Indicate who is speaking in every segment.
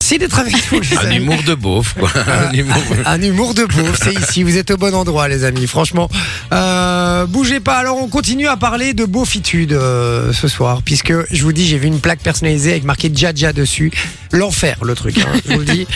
Speaker 1: Merci d'être avec nous. les
Speaker 2: Un
Speaker 1: amis.
Speaker 2: humour de beauf, quoi. Un humour-
Speaker 1: Un humour de pauvre, c'est ici. Vous êtes au bon endroit, les amis. Franchement, euh, bougez pas. Alors, on continue à parler de beaufitude euh, ce soir, puisque je vous dis, j'ai vu une plaque personnalisée avec marqué Jaja dessus. L'enfer, le truc. hein, je vous le dis.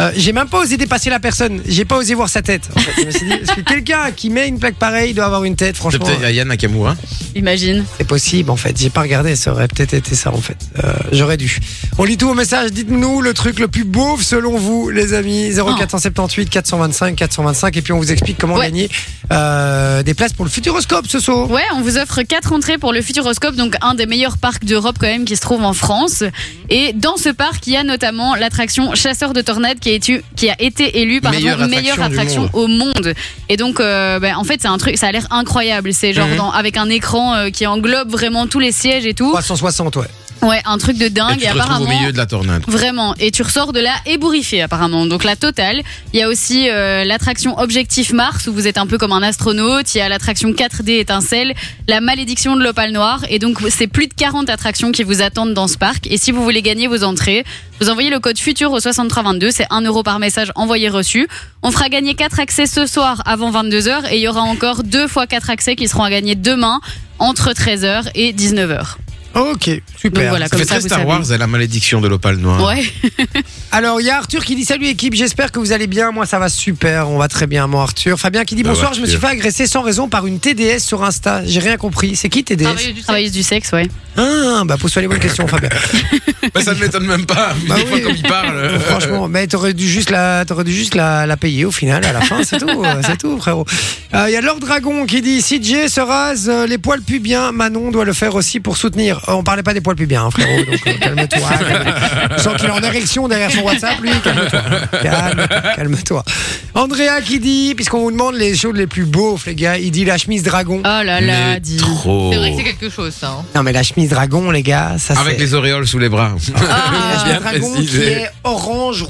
Speaker 1: Euh, j'ai même pas osé dépasser la personne. J'ai pas osé voir sa tête. en fait. Je me suis dit, est-ce que quelqu'un qui met une plaque pareille doit avoir une tête
Speaker 2: C'est
Speaker 1: Franchement,
Speaker 2: peut-être Ayane Nakamura.
Speaker 3: hein, Imagine.
Speaker 1: c'est possible en fait. J'ai pas regardé. Ça aurait peut-être été ça en fait. Euh, J'aurais dû. On lit tout vos messages. Dites-nous le truc le plus beauf selon vous, les amis. 0478 425 425. Et puis on vous explique comment
Speaker 3: Ouais.
Speaker 1: gagner euh, des places pour le Futuroscope ce soir.
Speaker 3: Ouais, on vous offre quatre entrées pour le Futuroscope, donc un des meilleurs parcs d'Europe quand même qui se trouve en France. Et dans ce parc, il y a notamment l'attraction Chasseur de tornades qui, a été- qui a été élue pardon,
Speaker 2: Meilleure attraction du
Speaker 3: attraction
Speaker 2: monde.
Speaker 3: au monde. Et donc, euh, ben, en fait, c'est un truc, ça a l'air incroyable. C'est genre
Speaker 1: Mhm.
Speaker 3: dans- avec un écran euh, qui englobe vraiment tous les sièges et tout.
Speaker 1: 360 ouais.
Speaker 3: Ouais, un truc de
Speaker 2: Et
Speaker 3: dingue.
Speaker 2: tu te retrouves au
Speaker 3: apparemment,
Speaker 2: milieu de la tornade.
Speaker 3: Vraiment. Et tu ressors de là ébouriffé, apparemment. Donc la totale. Il y a aussi euh, l'attraction Objectif Mars, où vous êtes un peu comme un astronaute. Il y a l'attraction 4D Étincelle, la malédiction de l'opale noire. Et donc, c'est plus de 40 attractions qui vous attendent dans ce parc. Et si vous voulez gagner vos entrées, vous envoyez le code FUTUR au 6322. C'est 1 euro par message envoyé reçu. On fera gagner 4 accès ce soir avant 22h. Et il y aura encore 2 fois 4 accès qui seront à gagner demain entre 13h et 19h.
Speaker 1: Ok, super.
Speaker 3: Donc voilà,
Speaker 2: Ça
Speaker 3: comme
Speaker 2: fait
Speaker 3: ça,
Speaker 2: très
Speaker 3: vous
Speaker 2: Star
Speaker 3: savez.
Speaker 2: Wars et la malédiction de l'opale noire.
Speaker 3: Ouais.
Speaker 1: Alors il y a Arthur qui dit salut équipe, j'espère que vous allez bien, moi ça va super, on va très bien moi Arthur. Fabien qui dit
Speaker 2: Bah,
Speaker 1: bonsoir, je me suis
Speaker 2: Arthur.
Speaker 1: fait agresser sans raison par une TDS sur Insta, j'ai rien compris, c'est qui
Speaker 3: Ah
Speaker 1: TDS
Speaker 4: Travailleuse du sexe.
Speaker 3: Travailleuse du sexe, ouais.
Speaker 1: Ah bah pose-toi les bonnes questions Fabien.
Speaker 2: Bah, ça ne m'étonne même pas.
Speaker 1: Bah
Speaker 2: des fois,
Speaker 1: oui.
Speaker 2: comme il parle. euh,
Speaker 1: Franchement, mais t'aurais dû juste la, t'aurais dû juste la, la payer au final, à la fin, c'est tout, euh, c'est tout, frérot. Il y a Lord Dragon qui dit si Jay se rase euh, les poils pubiens, Manon doit le faire aussi pour soutenir. Euh, on parlait pas des poils pubiens, hein, frérot, donc euh, calme-toi. calme-toi. Je sens qu'il est en érection derrière son WhatsApp, lui, calme-toi. Calme, calme-toi. Andrea qui dit, puisqu'on vous demande les choses les plus beaufs, les gars, il dit la chemise dragon.
Speaker 3: Oh là là,
Speaker 2: mais
Speaker 3: dis.
Speaker 2: trop.
Speaker 4: C'est
Speaker 3: Oh.
Speaker 4: vrai que c'est quelque chose, ça. hein.
Speaker 1: Non, mais la chemise dragon, les gars, ça
Speaker 2: Avec
Speaker 1: c'est.
Speaker 2: les auréoles sous les bras.
Speaker 1: La
Speaker 3: Ah.
Speaker 1: chemise
Speaker 2: bien
Speaker 1: dragon qui
Speaker 2: précisé.
Speaker 1: est orange, rouge,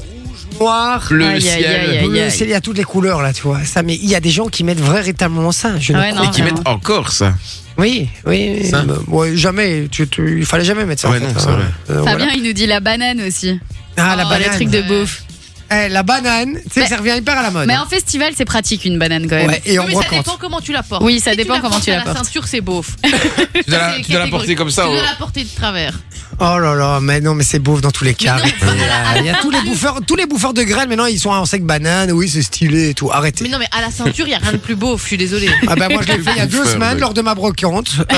Speaker 1: noir.
Speaker 2: Bleu
Speaker 3: Aïe, aïe,
Speaker 2: ciel.
Speaker 3: aïe, aïe.
Speaker 1: Bleu ciel, il y a toutes les couleurs là, tu vois. Ça, mais il y a des gens qui mettent véritablement ça. Je ne
Speaker 3: Ouais,
Speaker 1: crois-
Speaker 3: non, Ah.
Speaker 2: Et qui
Speaker 3: vraiment.
Speaker 2: mettent encore ça.
Speaker 1: Oui, oui. oui.
Speaker 2: Ça.
Speaker 1: Bah, ouais, jamais. Tu, tu- il fallait jamais mettre ça.
Speaker 2: Ouais,
Speaker 1: en fait,
Speaker 2: non, c'est vrai.
Speaker 1: Euh, voilà.
Speaker 3: Fabien, il nous dit la banane aussi.
Speaker 1: Ah, la
Speaker 3: Oh,
Speaker 1: banane.
Speaker 3: Le truc de beauf.
Speaker 1: Eh, la banane, tu sais,
Speaker 3: Mais-
Speaker 1: ça revient hyper à la mode.
Speaker 3: Mais
Speaker 1: hein.
Speaker 3: en festival, c'est pratique une banane quand même.
Speaker 1: Ouais, et en
Speaker 4: Oui, mais ça dépend
Speaker 1: brocante.
Speaker 4: comment tu la portes.
Speaker 3: Oui, ça dépend
Speaker 4: la
Speaker 3: comment
Speaker 4: portes
Speaker 3: tu la
Speaker 4: à
Speaker 3: portes.
Speaker 4: La ceinture, c'est beauf.
Speaker 2: Tu dois la,
Speaker 4: C'est
Speaker 2: tu dois la
Speaker 4: catégorique.
Speaker 2: porter comme ça.
Speaker 4: Tu
Speaker 2: oh.
Speaker 4: dois la porter de travers.
Speaker 1: Oh là là, mais non, mais c'est beauf dans tous les cas.
Speaker 4: non,
Speaker 1: arrêtez, là. Il y a tous les bouffeurs, tous les bouffeurs de graines maintenant, ils sont en sec banane. Oui, c'est stylé et tout. Arrêtez.
Speaker 4: Mais non, mais à la ceinture, il n'y a rien de plus beauf, je suis désolée.
Speaker 1: Ah bah moi je l'ai fait il y a deux
Speaker 2: Bouffeur,
Speaker 1: semaines
Speaker 2: mec.
Speaker 1: lors de ma brocante. Euh,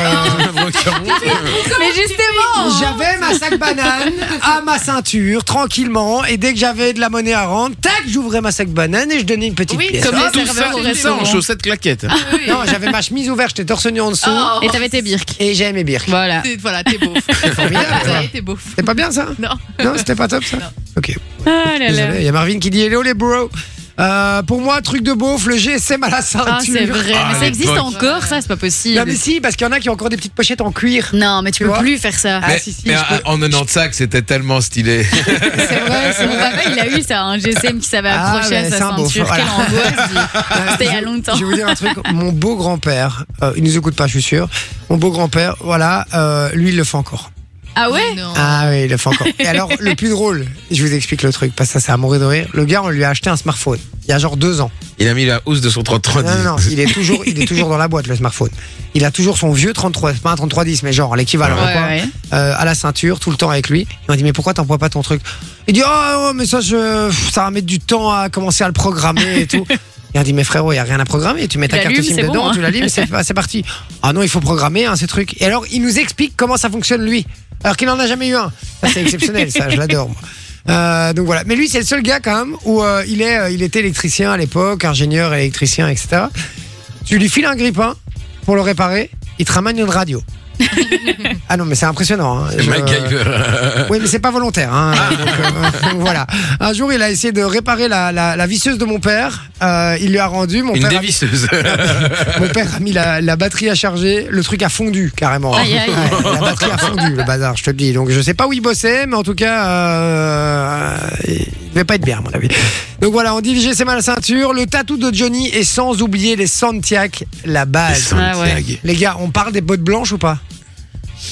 Speaker 3: Mais justement
Speaker 1: J'avais ma sac banane à ma ceinture tranquillement et dès que j'avais de la monnaie à rendre, tac, j'ouvrais ma sac banane et je donnais une petite
Speaker 4: Oui,
Speaker 1: pièce.
Speaker 3: comme
Speaker 1: Ah,
Speaker 3: les
Speaker 2: Tout ça,
Speaker 3: serveurs au
Speaker 2: tout ça en
Speaker 3: restaurant.
Speaker 2: chaussettes claquettes.
Speaker 4: Oui,
Speaker 1: Non, j'avais ma chemise ouverte, j'étais torse nu en dessous
Speaker 4: Oh.
Speaker 3: Et t'avais tes birks.
Speaker 1: et j'avais mes birks.
Speaker 3: Voilà.
Speaker 4: t'es- Voilà, t'es beauf. Ah,
Speaker 1: formidable,
Speaker 4: Ça
Speaker 1: ça.
Speaker 4: y est, t'es beauf.
Speaker 1: C'était pas bien ça
Speaker 4: Non.
Speaker 1: Non, c'était pas top ça
Speaker 4: Non.
Speaker 1: Ok,
Speaker 3: Ah là là.
Speaker 1: désolé. Il y a Marvin qui dit Hello les bros. Euh, pour moi, truc de beauf, le GSM à la ceinture.
Speaker 3: Ah, c'est vrai.
Speaker 2: Ah,
Speaker 3: mais ça
Speaker 2: les
Speaker 3: existe
Speaker 2: potes.
Speaker 3: encore, ça, c'est pas
Speaker 1: Non,
Speaker 3: possible.
Speaker 1: mais si, parce qu'il y en a qui ont encore des petites pochettes en cuir.
Speaker 3: Non, mais
Speaker 1: Tu
Speaker 3: tu peux
Speaker 1: vois
Speaker 3: plus faire ça.
Speaker 1: Ah,
Speaker 2: Mais,
Speaker 1: si, si,
Speaker 2: mais
Speaker 1: je
Speaker 2: en-
Speaker 1: peux-
Speaker 2: en 95, c'était tellement stylé.
Speaker 1: C'est vrai, c'est
Speaker 3: Mon
Speaker 1: vrai.
Speaker 3: papa, il a eu ça, un GSM qui s'avait
Speaker 1: Ah,
Speaker 3: accroché
Speaker 1: mais
Speaker 3: à sa
Speaker 1: c'est un beau,
Speaker 3: ceinture.
Speaker 1: voilà.
Speaker 3: Quelle angoisse. dis. C'était il y a longtemps.
Speaker 1: Je vais vous dire un truc. Mon beau grand-père, euh, il nous écoute pas, je suis sûr. Mon beau grand-père, voilà, euh, lui, il le fait encore.
Speaker 3: Ah ouais
Speaker 4: Non.
Speaker 1: Ah oui, il le fait encore. Et alors, le plus drôle, je vous explique le truc, parce que ça, c'est à mourir de rire. Le gars, on lui a acheté un smartphone. Il y a genre deux ans.
Speaker 2: Il a mis la housse de son 33
Speaker 1: Non, non, non, il est toujours, il est toujours dans la boîte, le smartphone. Il a toujours son vieux 33, c'est pas un 3310, mais genre l'équivalent,
Speaker 3: Ouais,
Speaker 1: quoi,
Speaker 3: ouais.
Speaker 1: euh, à la ceinture, tout le temps avec lui. Et on dit, mais pourquoi t'envoies pas ton truc Il dit, oh, ouais, mais ça, je, pff, ça va mettre du temps à commencer à le programmer et tout. Et on dit, mais frérot, il y a rien à programmer. Tu mets ta carte
Speaker 3: l'allumes,
Speaker 1: SIM
Speaker 3: c'est bon,
Speaker 1: dedans,
Speaker 3: hein.
Speaker 1: tu l'allumes, c'est c'est parti. Ah non, il faut programmer hein, ces trucs. Et alors, il nous explique comment ça fonctionne lui, alors qu'il n'en a jamais eu un. Ça, C'est exceptionnel, ça, je l'adore. moi. Euh, donc voilà. Mais lui, c'est le seul gars quand même où euh, il est, euh, il était électricien à l'époque, ingénieur électricien, etc. Tu lui files un grippin pour le réparer, il te ramène une radio. ah non, mais c'est impressionnant. hein. Je-
Speaker 2: MacGyver.
Speaker 1: oui, mais c'est pas volontaire. hein. Donc, euh, donc voilà. Un jour, il a essayé de réparer la, la- la visseuse de mon père. Euh, il lui a rendu. Mon,
Speaker 2: Une
Speaker 1: père a,
Speaker 2: dévisseuse.
Speaker 1: mon père a mis la, la batterie à charger. Le truc a fondu carrément.
Speaker 3: Aïe, aïe.
Speaker 1: Ouais, la batterie a fondu, le bazar, je te le dis. Donc je sais pas où il bossait, mais en tout cas, euh, il devait pas être bien, à mon avis. Donc voilà, on dit GSM à la ceinture. Le tatou de Johnny et sans oublier les Santiac, la base.
Speaker 3: Ah ouais.
Speaker 2: Santiago.
Speaker 1: Les gars, on parle des bottes blanches ou pas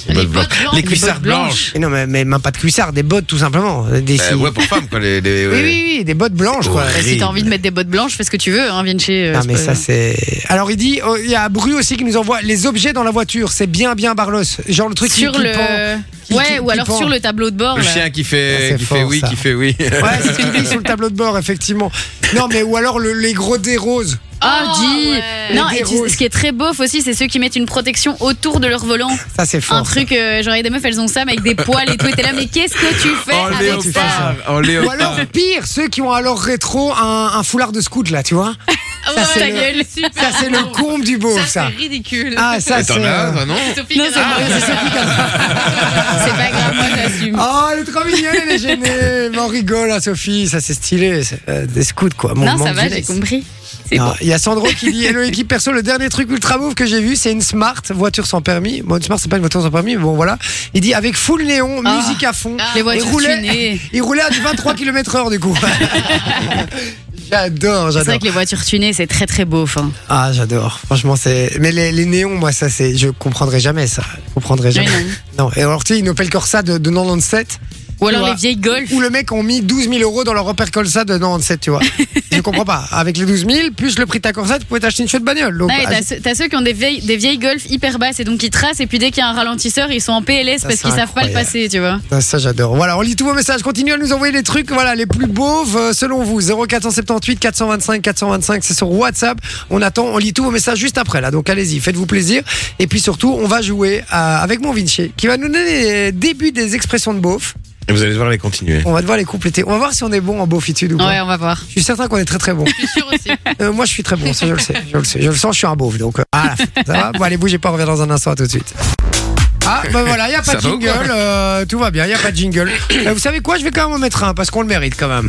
Speaker 4: Les
Speaker 2: bottes
Speaker 4: bottes
Speaker 2: blanches.
Speaker 4: blanches,
Speaker 2: Les
Speaker 4: les
Speaker 2: cuissards
Speaker 4: bottes
Speaker 2: blanches.
Speaker 1: Et non, mais, mais même pas de cuissard, des bottes tout simplement. Des,
Speaker 2: Euh, ouais, pour femmes, quoi. Les, les-
Speaker 1: oui, oui, oui, des bottes blanches quoi.
Speaker 2: Horrible.
Speaker 3: Si t'as envie de mettre des bottes blanches, fais ce que tu veux, hein, Vinci. euh,
Speaker 1: Non,
Speaker 3: c'est
Speaker 1: mais
Speaker 3: pas-
Speaker 1: ça, c'est. Alors, il dit, oh, il y a Bru aussi qui nous envoie les objets dans la voiture. C'est bien, bien Barlos. Genre le truc qui-
Speaker 3: sur
Speaker 1: qui
Speaker 3: le.
Speaker 1: pend. qui-
Speaker 3: ouais,
Speaker 1: qui-
Speaker 3: ou
Speaker 1: qui
Speaker 3: alors
Speaker 1: pend.
Speaker 3: sur le tableau de bord.
Speaker 2: Le
Speaker 3: là.
Speaker 2: chien qui fait,
Speaker 1: Ah, c'est
Speaker 2: qui fait
Speaker 1: fort,
Speaker 2: oui,
Speaker 1: ça.
Speaker 2: qui fait oui.
Speaker 1: Ouais, c'est ce qu'il dit sur le tableau de bord, effectivement. Non, mais ou alors le- les gros dés roses.
Speaker 3: Ah,
Speaker 4: Oh,
Speaker 3: dis
Speaker 4: ouais.
Speaker 3: Non,
Speaker 1: Les
Speaker 3: et tu-
Speaker 1: déroules.
Speaker 3: ce qui est très beauf aussi, c'est ceux qui mettent une protection autour de leur volant.
Speaker 1: Ça, c'est fort.
Speaker 3: Un truc, euh, genre, il y a des meufs, elles ont ça, mais avec des poils et tout. Et t'es là, mais qu'est-ce que tu fais
Speaker 2: En
Speaker 3: avec
Speaker 1: tu fais
Speaker 3: ça
Speaker 2: léopard. En
Speaker 1: Ou
Speaker 2: léopard.
Speaker 1: alors, pire, ceux qui ont alors rétro un, un foulard de scout, là, tu vois. Ça, c'est
Speaker 3: Ah, Ta
Speaker 1: le-
Speaker 3: gueule.
Speaker 1: Ça, c'est le comble du beau,
Speaker 4: Ça,
Speaker 1: ça.
Speaker 4: c'est ridicule.
Speaker 1: Ah, ça,
Speaker 2: Mais
Speaker 1: c'est.
Speaker 2: T'en as un,
Speaker 1: euh,
Speaker 2: toi, non
Speaker 4: Sophie,
Speaker 3: Non,
Speaker 4: qu'elle
Speaker 3: c'est
Speaker 4: a-
Speaker 3: vrai, c'est Sophie qui a ça. C'est pas grave, moi j'assume.
Speaker 1: Oh, elle est trop mignonne, elle est gênée. Mais on rigole, hein, Sophie. Ça, c'est stylé. c'est, euh, des scouts, quoi. Mon-
Speaker 3: non,
Speaker 1: mon
Speaker 3: ça va,
Speaker 1: jeunesse.
Speaker 3: j'ai compris. C'est
Speaker 1: Ah,
Speaker 3: bon.
Speaker 1: Il y a Sandro qui dit Hello équipe perso, le dernier truc ultra move que j'ai vu, c'est une Smart, voiture sans permis. Bon, une Smart, c'est pas une voiture sans permis, mais bon, voilà. Il dit avec full néon,
Speaker 3: Ah.
Speaker 1: musique à fond.
Speaker 3: Les
Speaker 1: il,
Speaker 3: voitures
Speaker 1: roulait,
Speaker 3: tunées.
Speaker 1: il roulait à du 23 km/h du coup. j'adore,
Speaker 3: C'est vrai
Speaker 1: j'adore.
Speaker 3: que les voitures tunées, c'est très très beau. Enfin.
Speaker 1: Ah, j'adore. Franchement, c'est. Mais les, les néons, moi, ça, c'est. Je comprendrai jamais ça. Je comprendrai jamais.
Speaker 3: Oui,
Speaker 1: non. Et alors, tu sais, une Opel Corsa de, de 97,
Speaker 3: Ou alors
Speaker 1: Ouais.
Speaker 3: les vieilles Golf.
Speaker 1: où le mec ont mis 12 000 euros dans leur Opel Corsa de 97, tu vois. je comprends pas. Avec les 12 000, plus le prix de ta Corsa, tu pouvais t'acheter une chouette bagnole. Donc,
Speaker 3: Ah, et
Speaker 1: ah,
Speaker 3: t'as ceux- T'as ceux qui ont des vieilles, des vieilles Golf hyper basses et donc ils tracent et puis dès qu'il y a un ralentisseur ils sont en PLS
Speaker 1: Ça,
Speaker 3: parce
Speaker 1: c'est
Speaker 3: qu'ils savent pas le
Speaker 1: incroyable.
Speaker 3: passer tu vois.
Speaker 1: Ah, Ça j'adore. Voilà, on lit tous vos messages. Continuez à nous envoyer les trucs, voilà, les plus beaux euh, selon vous. 0478 425 425, c'est sur WhatsApp. On attend, on lit tous vos messages juste après là. Donc allez-y, faites-vous plaisir. Et puis surtout, on va jouer à- avec mon Vinci qui va nous donner les débuts des expressions de beauf.
Speaker 2: Et Vous allez devoir les continuer.
Speaker 1: On va devoir les compléter. On va voir si on est bon en beaufitude ou pas.
Speaker 3: Ouais on va voir.
Speaker 1: Je suis certain qu'on est très très bon.
Speaker 4: Je suis sûre aussi.
Speaker 1: Euh, moi je suis très bon, ça je le sais, je le sais. Je le sens, je suis un beauf. Donc euh, ah, ça va Bon allez, bougez pas, on revient dans un instant, à tout de suite. Ah, ben voilà, il n'y a pas
Speaker 2: Ça
Speaker 1: de
Speaker 2: va ou
Speaker 1: jingle,
Speaker 2: quoi
Speaker 1: euh, tout va bien, il n'y a pas de jingle. Euh, vous savez quoi, je vais quand même en mettre un, parce qu'on le mérite quand même.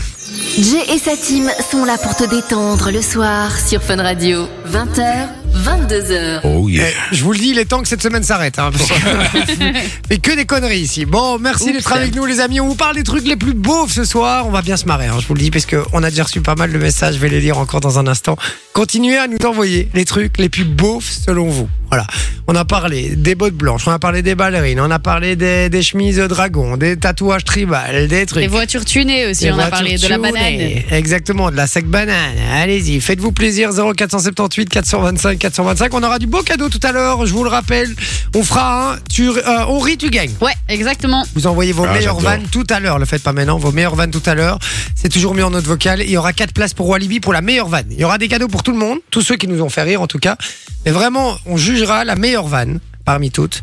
Speaker 5: Jay et sa team sont là pour te détendre le soir sur Fun Radio. 20h, 22h.
Speaker 2: Oh
Speaker 1: Eh, je vous le dis, il est temps que cette semaine s'arrête. Hein, parce que- Mais que des conneries ici. Bon, merci d'être avec nous les amis, on vous parle des trucs les plus beaufs ce soir, on va bien se marrer, hein, je vous le dis, parce qu'on a déjà reçu pas mal de messages, je vais les lire encore dans un instant. Continuez à nous envoyer les trucs les plus beaufs selon vous. Voilà. On a parlé des bottes blanches, on a parlé des ballerines, on a parlé des, des chemises dragon, des tatouages tribal, des trucs.
Speaker 3: Les voitures tunées aussi
Speaker 1: Des
Speaker 3: on a
Speaker 1: voitures
Speaker 3: parlé de la banane.
Speaker 1: tunées. Exactement, de la sac banane. Allez-y, faites-vous plaisir. 0478 425 425. On aura du beau cadeau tout à l'heure, je vous le rappelle. On fera un. Tu, euh, on rit, tu gagnes.
Speaker 3: Ouais exactement.
Speaker 1: Vous envoyez vos
Speaker 2: Ah,
Speaker 1: meilleures
Speaker 2: j'adore.
Speaker 1: vannes tout à l'heure. Le faites pas maintenant, vos meilleures vannes tout à l'heure. C'est toujours mis en note vocale. Il y aura quatre places pour Walibi pour la meilleure vanne. Il y aura des cadeaux pour tout le monde, tous ceux qui nous ont fait rire en tout cas. Mais vraiment, on jugera la meilleure vanne parmi toutes.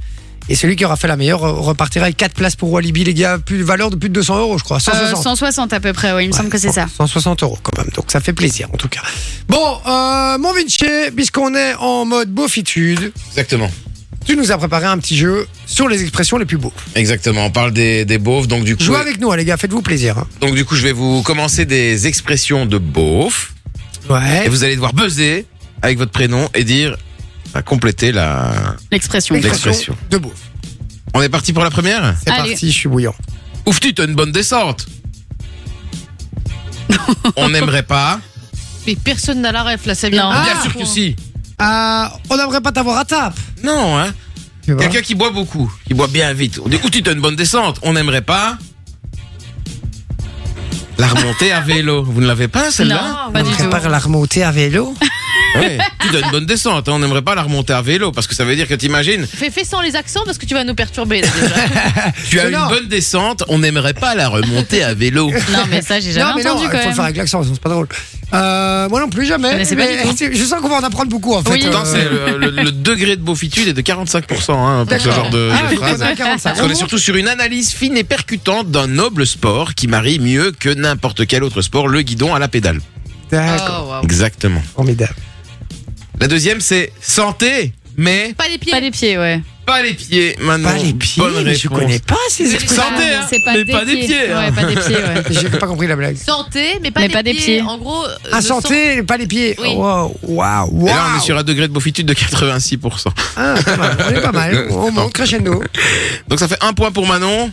Speaker 1: Et celui qui aura fait la meilleure euh, repartira avec quatre places pour Walibi, les gars. Plus valeur de plus de 200 euros, je crois.
Speaker 3: Euh,
Speaker 1: 160.
Speaker 3: 160 à peu près ouais il me semble que c'est ça.
Speaker 1: 160 euros quand même, donc ça fait plaisir en tout cas. Bon, euh, mon Vinci, puisqu'on est en mode beaufitude,
Speaker 2: Exactement.
Speaker 1: tu nous as préparé un petit jeu sur les expressions les plus beaux.
Speaker 2: Exactement. On parle des, des beaufs, donc du coup.
Speaker 1: Jouez avec nous, hein, les gars, faites-vous plaisir. hein.
Speaker 2: Donc du coup, je vais vous commencer des expressions de beauf. Et
Speaker 1: Ouais.
Speaker 2: vous allez devoir buzzer avec votre prénom et dire. Enfin, compléter la.
Speaker 3: L'expression.
Speaker 2: L'expression.
Speaker 1: De beau.
Speaker 2: On est parti pour la première
Speaker 1: C'est
Speaker 3: Allez.
Speaker 1: parti, je suis bouillant.
Speaker 2: Ouf, tu t'as une bonne descente. on n'aimerait pas.
Speaker 4: Mais personne n'a la ref là, Ah, ça vient.
Speaker 3: Non.
Speaker 4: de-
Speaker 2: Bien sûr que si.
Speaker 1: Ah, on n'aimerait pas t'avoir à tape.
Speaker 2: Non, hein.
Speaker 1: Tu vois.
Speaker 2: Quelqu'un qui boit beaucoup, qui boit bien vite. On dit, ou tu t'as une bonne descente. On n'aimerait pas. La remontée à vélo. Vous ne l'avez pas, celle-là
Speaker 3: Non pas du
Speaker 1: On
Speaker 3: tout.
Speaker 1: prépare la remontée à vélo.
Speaker 2: Oui. Tu t'as une bonne descente. hein. On n'aimerait pas la remontée à vélo. Parce que ça veut dire que t'imagines,
Speaker 4: Fais, fais sans les accents parce que tu vas nous perturber là, déjà.
Speaker 2: tu as
Speaker 1: Mais non.
Speaker 2: une bonne descente. On n'aimerait pas la remontée à vélo.
Speaker 3: Non mais ça j'ai
Speaker 1: non, mais
Speaker 3: jamais
Speaker 1: non, euh,
Speaker 3: entendu
Speaker 1: faut
Speaker 3: quand
Speaker 1: le faire
Speaker 3: même.
Speaker 1: avec l'accent, sinon c'est pas drôle. Euh, moi non plus, jamais.
Speaker 3: connaissais pas
Speaker 1: mais je sens qu'on va en apprendre beaucoup en fait.
Speaker 3: Oui.
Speaker 2: Pourtant,
Speaker 1: Euh,
Speaker 2: c'est le, le- le degré de beaufitude est de 45% hein, pour ce
Speaker 1: D'accord.
Speaker 2: genre de, de
Speaker 1: Ah, ouais,
Speaker 2: phrase.
Speaker 1: on est à 45.
Speaker 2: Parce qu'on est surtout sur une analyse fine et percutante d'un noble sport qui marie mieux que n'importe quel autre sport le guidon à la pédale.
Speaker 1: D'accord,
Speaker 4: Oh, waouh.
Speaker 2: Exactement.
Speaker 1: formidable.
Speaker 2: La deuxième, c'est santé, mais
Speaker 4: Pas les pieds.
Speaker 3: Pas les pieds ouais.
Speaker 2: pas les pieds, Manon.
Speaker 1: Pas les pieds,
Speaker 2: Bonne
Speaker 1: mais je
Speaker 2: réponse.
Speaker 1: connais pas ces expressions.
Speaker 2: Santé, hein,
Speaker 3: Ah, C'est pas,
Speaker 2: mais
Speaker 3: des
Speaker 2: pas des pieds, hein.
Speaker 3: Ouais pas des pieds ouais.
Speaker 1: J'ai pas compris la blague.
Speaker 4: Santé, mais pas,
Speaker 3: Mais
Speaker 4: les,
Speaker 3: pas des
Speaker 4: pieds.
Speaker 3: pieds.
Speaker 4: En gros. euh,
Speaker 1: Ah,
Speaker 4: le sang-
Speaker 1: santé, pas les pieds. Oh,
Speaker 4: Oui.
Speaker 1: Wow, wow, wow.
Speaker 2: Et là, on est sur un degré de beaufitude de 86%.
Speaker 1: Ah, pas mal, on est pas mal. On monte crescendo.
Speaker 2: Donc ça fait un point pour Manon.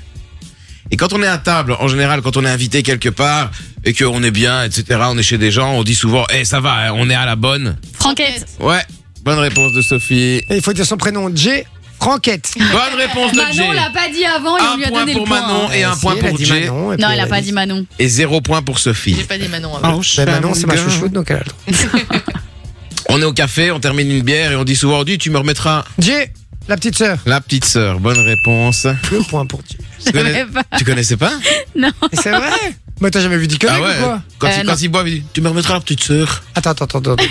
Speaker 2: Et quand on est à table, en général, quand on est invité quelque part et qu'on est bien, etc., on est chez des gens, on dit souvent, eh ça va, hein, on est à la bonne.
Speaker 3: Franquette.
Speaker 2: Ouais, bonne réponse de Sophie.
Speaker 1: Et il faut dire son prénom, J. Franquette.
Speaker 2: Bonne réponse de Jay.
Speaker 3: Manon l'a pas dit avant et on
Speaker 2: Un
Speaker 3: lui a
Speaker 2: point
Speaker 3: donné le
Speaker 2: pour
Speaker 3: point.
Speaker 2: Manon
Speaker 3: hein.
Speaker 2: et un
Speaker 1: Eh, Si,
Speaker 2: point
Speaker 1: elle a
Speaker 2: pour
Speaker 1: dit
Speaker 2: Jay.
Speaker 1: Manon, et puis
Speaker 3: Non,
Speaker 1: elle
Speaker 3: elle a pas dit Manon.
Speaker 2: Et zéro point pour Sophie.
Speaker 4: J'ai pas dit Manon hein. avant.
Speaker 2: Oh,
Speaker 1: Mais Bah, Manon, c'est ma
Speaker 2: Chamonga.
Speaker 1: chouchoute, donc elle a le droit.
Speaker 2: On est au café, on termine une bière et on dit souvent, on dit, tu me remettras
Speaker 1: Jay, la petite sœur.
Speaker 2: la petite sœur. Bonne réponse.
Speaker 1: Le point pour Jay.
Speaker 2: Tu, connais-
Speaker 3: Mais pas-
Speaker 2: tu connaissais pas Ah
Speaker 1: Et C'est vrai Mais t'as jamais vu Dick Connect ou quoi
Speaker 2: Quand,
Speaker 3: Euh,
Speaker 2: il,
Speaker 3: non.
Speaker 2: quand il boit, il dit, tu me remettras la petite sœur.
Speaker 1: Attends, attends, attends. attends, attends.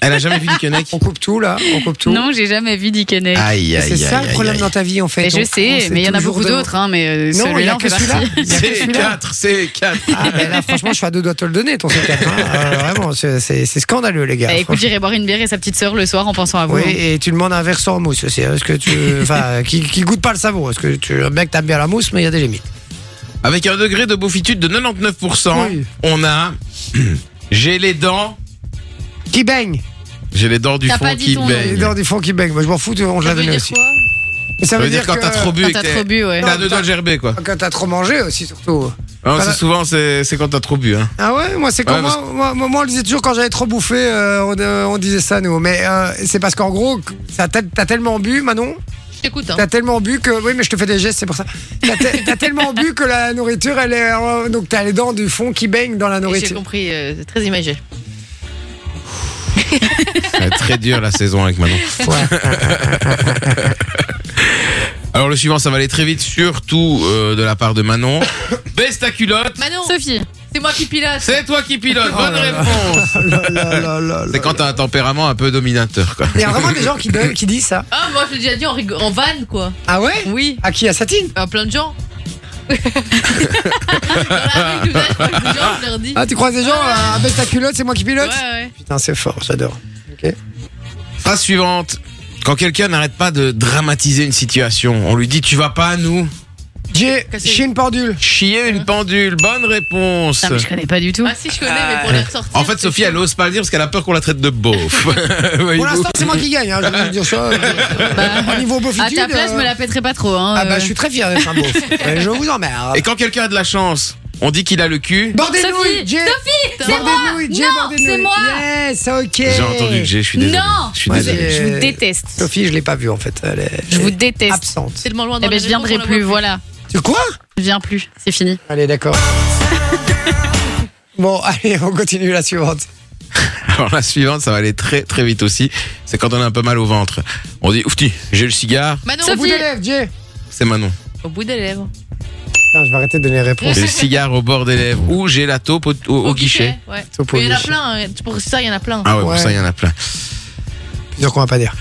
Speaker 2: Elle a jamais vu Dickeneck.
Speaker 1: on coupe tout là, on coupe tout.
Speaker 3: Non, j'ai jamais vu Dickeneck.
Speaker 2: Aïe, aïe,
Speaker 1: Et
Speaker 2: aïe.
Speaker 1: C'est ça
Speaker 2: aïe,
Speaker 1: le problème
Speaker 2: aïe.
Speaker 1: dans ta vie en fait.
Speaker 3: Mais je
Speaker 1: On-
Speaker 3: sais,
Speaker 1: on
Speaker 3: mais il y en a
Speaker 1: toujours
Speaker 3: beaucoup
Speaker 1: de-
Speaker 3: d'autres, hein, mais euh,
Speaker 1: Non, il y
Speaker 3: celui-là
Speaker 1: a
Speaker 3: en
Speaker 1: que
Speaker 3: fait
Speaker 1: celui-là.
Speaker 3: partie.
Speaker 1: Il y a que
Speaker 2: C'est
Speaker 1: celui-là.
Speaker 2: 4, c'est 4.
Speaker 1: Ah, ben là, franchement, je suis à deux doigts de te le donner, ton C4. hein. Euh, vraiment, c'est- c'est c'est scandaleux, les gars.
Speaker 3: Bah, écoute, j'irai boire une bière et sa petite sœur le soir en pensant à vous.
Speaker 1: Oui,
Speaker 3: hein.
Speaker 1: et tu demandes un verre sans mousse aussi. hein. Est-ce que tu. Enfin, qui, qui goûte pas le savon. Est-ce que tu. Le mec, t'aimes bien la mousse, mais il y a des limites.
Speaker 2: Avec un degré de beaufitude de 99%,
Speaker 1: Oui.
Speaker 2: on a. J'ai les dents.
Speaker 1: Qui baigne
Speaker 2: J'ai les dents du
Speaker 3: T'as pas
Speaker 2: fond
Speaker 3: dit
Speaker 2: qui
Speaker 3: ton nom.
Speaker 1: Les
Speaker 2: baignent.
Speaker 1: dents du fond qui baigne. Moi, je m'en fous, tu- on te
Speaker 4: Ça
Speaker 1: l'a
Speaker 4: veut
Speaker 1: donné
Speaker 4: dire
Speaker 1: aussi.
Speaker 4: quoi
Speaker 1: Et
Speaker 2: Ça veut dire quand
Speaker 1: que-
Speaker 2: t'as trop bu
Speaker 3: Quand
Speaker 2: et que
Speaker 3: t'as
Speaker 2: t'es-
Speaker 3: trop bu, ouais.
Speaker 2: T'as
Speaker 1: Non,
Speaker 2: deux doigts de gerber, quoi.
Speaker 1: Quand t'as trop mangé aussi, surtout.
Speaker 2: Non,
Speaker 1: Voilà.
Speaker 2: c'est souvent, c'est c'est quand t'as trop bu. Hein.
Speaker 1: Ah ouais, moi c'est quand
Speaker 2: Ouais,
Speaker 1: moi, moi, moi, moi, on le disait toujours quand j'avais trop bouffé, euh, on, euh, on disait ça nous. Mais euh, c'est parce qu'en gros, que ça t'a- t'as tellement bu, Manon,
Speaker 4: Je t'écoute. hein.
Speaker 1: t'as tellement bu que oui, mais je te fais des gestes, c'est pour ça. T'as te- t'as tellement bu que la nourriture, elle est euh, donc t'as les dents du fond qui baignent dans la
Speaker 4: J'ai
Speaker 1: nourriture.
Speaker 4: compris, euh, c'est très imagé.
Speaker 2: Ça va être très dur la saison avec Manon. Alors le suivant, ça va aller très vite, surtout euh, de la part de Manon. Baisse ta culotte.
Speaker 4: Manon,
Speaker 3: Sophie,
Speaker 4: c'est moi qui pilote.
Speaker 2: C'est toi qui pilote. Bonne réponse.
Speaker 1: Oh là là là là là.
Speaker 2: C'est quand t'as un tempérament un peu dominateur, quoi.
Speaker 1: Il y a vraiment des gens qui, donnent- qui disent ça.
Speaker 4: Ah, moi je l'ai déjà dit en, rigol- en vanne quoi.
Speaker 1: Ah ouais
Speaker 4: Oui,
Speaker 1: À qui À Satine
Speaker 4: à plein de gens. Dans la rue, tout ça, je crois que les gens, je leur dis.
Speaker 1: Ah, tu croises des gens euh, Baisse ta culotte, c'est moi qui
Speaker 4: Ouais,
Speaker 1: pilote
Speaker 4: ouais.
Speaker 1: Putain, c'est fort, j'adore.
Speaker 2: Phrase suivante. Quand quelqu'un n'arrête pas de dramatiser une situation, on lui dit tu vas pas à nous
Speaker 1: J'ai chié une pendule.
Speaker 2: chier une pendule. Bonne réponse.
Speaker 3: ça, mais je connais pas du tout.
Speaker 4: Ah, si, je connais, mais pour les ressortir.
Speaker 2: En fait,
Speaker 4: c'est
Speaker 2: Sophie,
Speaker 4: chaud.
Speaker 2: elle ose pas le dire parce qu'elle a peur qu'on la traite de beauf. Voyez-vous.
Speaker 1: Pour l'instant, c'est moi qui gagne, hein, je vais vous dire ça.
Speaker 3: Bah,
Speaker 1: Au niveau beaufitude.
Speaker 3: à ta place, je
Speaker 1: euh,
Speaker 3: me la pèterai pas trop. Hein,
Speaker 1: Ah bah
Speaker 3: euh.
Speaker 1: je suis très fier d'être un beauf. Euh, je vous emmerde.
Speaker 2: Et quand quelqu'un a de la chance, on dit qu'il a le cul.
Speaker 1: Bordel
Speaker 3: Sophie,
Speaker 1: nouilles, Jay
Speaker 3: Sophie, c'est
Speaker 1: Bordel
Speaker 3: moi.
Speaker 1: nouilles, Jay,
Speaker 3: Non,
Speaker 1: bordel
Speaker 3: c'est
Speaker 1: nouilles.
Speaker 3: moi.
Speaker 1: Yes, ok
Speaker 2: J'ai entendu que j'ai, je suis désolé.
Speaker 3: Non.
Speaker 2: Je suis
Speaker 1: Ouais,
Speaker 2: désolé.
Speaker 1: j'ai-
Speaker 3: Je
Speaker 1: Euh,
Speaker 3: vous déteste.
Speaker 1: Sophie, je l'ai pas vue en fait. Elle est
Speaker 3: Je vous déteste.
Speaker 1: absente.
Speaker 4: C'est tellement loin dans
Speaker 3: Eh ben,
Speaker 4: les
Speaker 3: je
Speaker 4: régions
Speaker 3: viendrai
Speaker 4: qu'on la
Speaker 3: plus,
Speaker 4: voit
Speaker 3: voilà.
Speaker 1: C'est quoi
Speaker 3: Je viens plus. C'est fini.
Speaker 1: Allez, d'accord. Bon, allez, on continue la suivante.
Speaker 2: Alors la suivante, ça va aller très très vite aussi. C'est quand on a un peu mal au ventre. On dit oufti, j'ai le cigare,
Speaker 4: Manon,
Speaker 1: Au bout
Speaker 3: Sophie.
Speaker 1: des lèvres, Jay
Speaker 2: c'est Manon.
Speaker 4: au bout des lèvres.
Speaker 1: Putain, je vais arrêter de donner les réponses.
Speaker 2: J'ai le cigare au bord des lèvres ou j'ai la taupe au, au- au guichet.
Speaker 4: Ouais.
Speaker 1: Taupe au
Speaker 4: Mais il y en a
Speaker 1: guichet.
Speaker 4: plein, hein. pour ça, il y en a plein.
Speaker 2: Ah ouais, pour
Speaker 1: Ouais.
Speaker 2: ça il y en a plein.
Speaker 1: Plusieurs qu'on va pas dire.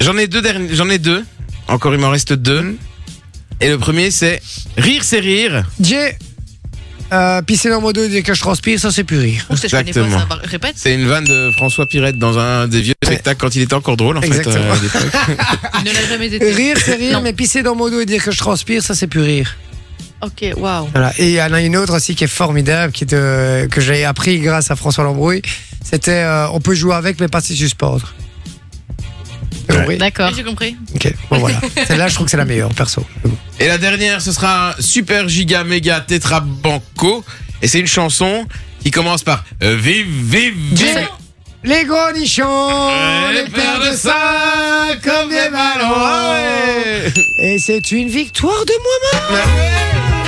Speaker 2: J'en ai deux derniers, j'en ai deux. Encore il m'en reste deux. Et le premier c'est rire c'est rire.
Speaker 1: Jay euh, pisser dans mon dos dès que je transpire, ça c'est plus rire.
Speaker 4: Ou c'est- je connais pas
Speaker 2: Exactement.
Speaker 4: ça, bah, Répète.
Speaker 2: C'est une vanne de François Pirette dans un des vieux spectacles quand il était encore drôle en fait. euh,
Speaker 1: Exactement.
Speaker 2: à l'époque.
Speaker 4: Il ne l'a jamais été.
Speaker 1: Rire c'est rire,
Speaker 3: Non.
Speaker 1: mais pisser dans mon dos et dire que je transpire, ça c'est plus rire.
Speaker 4: Ok, waouh.
Speaker 1: Voilà. Et il y en a une autre aussi qui est formidable, qui est, euh, que j'ai appris grâce à François Lambrouille. C'était euh, on peut jouer avec, mais pas si suspendre. T'as compris
Speaker 3: D'accord.
Speaker 4: J'ai compris.
Speaker 1: Ok, bon voilà. Celle-là, je trouve que c'est la meilleure, perso. Mais bon.
Speaker 2: Et la dernière, ce sera un super giga méga tétra banco. Et c'est une chanson qui commence par euh, Vive, vive, vive. Eh,
Speaker 1: Les gros nichons, les pères de ça.
Speaker 2: ça
Speaker 1: comme des ballons.
Speaker 2: Ah
Speaker 1: Et c'est une victoire de
Speaker 4: J'ai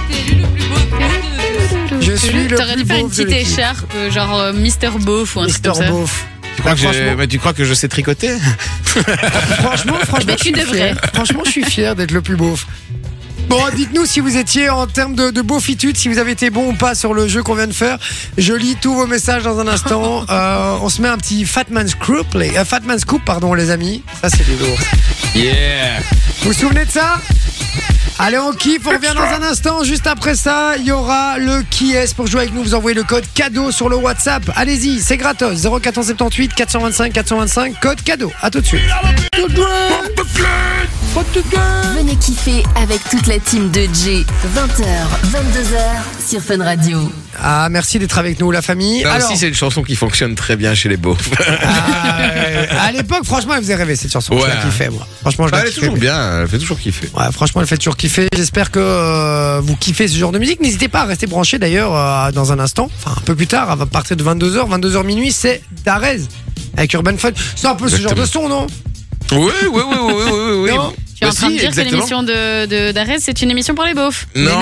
Speaker 4: été élu le plus beau de
Speaker 1: moi-même. Je suis le
Speaker 3: T'aurais
Speaker 1: plus
Speaker 3: dû faire une
Speaker 1: beauf de
Speaker 3: petite
Speaker 1: l'équipe.
Speaker 3: écharpe, euh, genre euh, Mister Beauf ou un truc
Speaker 1: Mister
Speaker 3: comme ça.
Speaker 1: Beauf.
Speaker 2: Tu crois, que je-
Speaker 1: Franchement.
Speaker 2: mais tu crois que je sais tricoter
Speaker 1: Franchement, franchement,
Speaker 3: Mais
Speaker 1: je
Speaker 3: tu
Speaker 1: suis
Speaker 3: devrais.
Speaker 1: fier. Franchement, je suis fier d'être le plus beauf. Bon, dites-nous si vous étiez en termes de, de beaufitude, si vous avez été bon ou pas sur le jeu qu'on vient de faire. Je lis tous vos messages dans un instant. Euh, on se met un petit Fatman's Group, les, euh, Fatman's Coupe, pardon, les amis. Ça, c'est du lourd.
Speaker 2: Yeah
Speaker 1: Vous vous souvenez de ça Allez, on kiffe, on revient dans un instant. Juste après ça, il y aura le qui est pour jouer avec nous. Vous envoyez le code cadeau sur le WhatsApp. Allez-y, c'est gratos. 0478 425 425, code cadeau. À tout de suite.
Speaker 5: Venez kiffer avec toute la team de J. 20h, 22h sur Fun Radio.
Speaker 1: Ah, merci d'être avec nous, la famille.
Speaker 2: Là
Speaker 1: Alors,
Speaker 2: Bah, aussi, c'est une chanson qui fonctionne très bien chez les beaufs.
Speaker 1: ah, euh, à l'époque, franchement, elle faisait rêver cette chanson. Je
Speaker 2: Ouais. Bah,
Speaker 1: la kiffais, moi. Franchement, je la
Speaker 2: Elle est
Speaker 1: kiffais.
Speaker 2: toujours bien, elle fait toujours kiffer.
Speaker 1: Ouais, franchement, elle fait toujours kiffer. J'espère que euh, vous kiffez ce genre de musique. N'hésitez pas à rester branché d'ailleurs euh, dans un instant, enfin un peu plus tard, à partir de 22h, 22h minuit, c'est Darez avec Urban Fun. C'est un peu ce genre de son,
Speaker 2: Exactement.
Speaker 1: non
Speaker 2: Oui, oui, oui, oui, oui, oui, oui.
Speaker 1: Non.
Speaker 3: Tu es en
Speaker 2: Bah
Speaker 3: train
Speaker 2: si,
Speaker 3: de dire que
Speaker 2: exactement.
Speaker 3: l'émission de, de d'Arès, c'est une émission pour les beaufs.
Speaker 2: Non,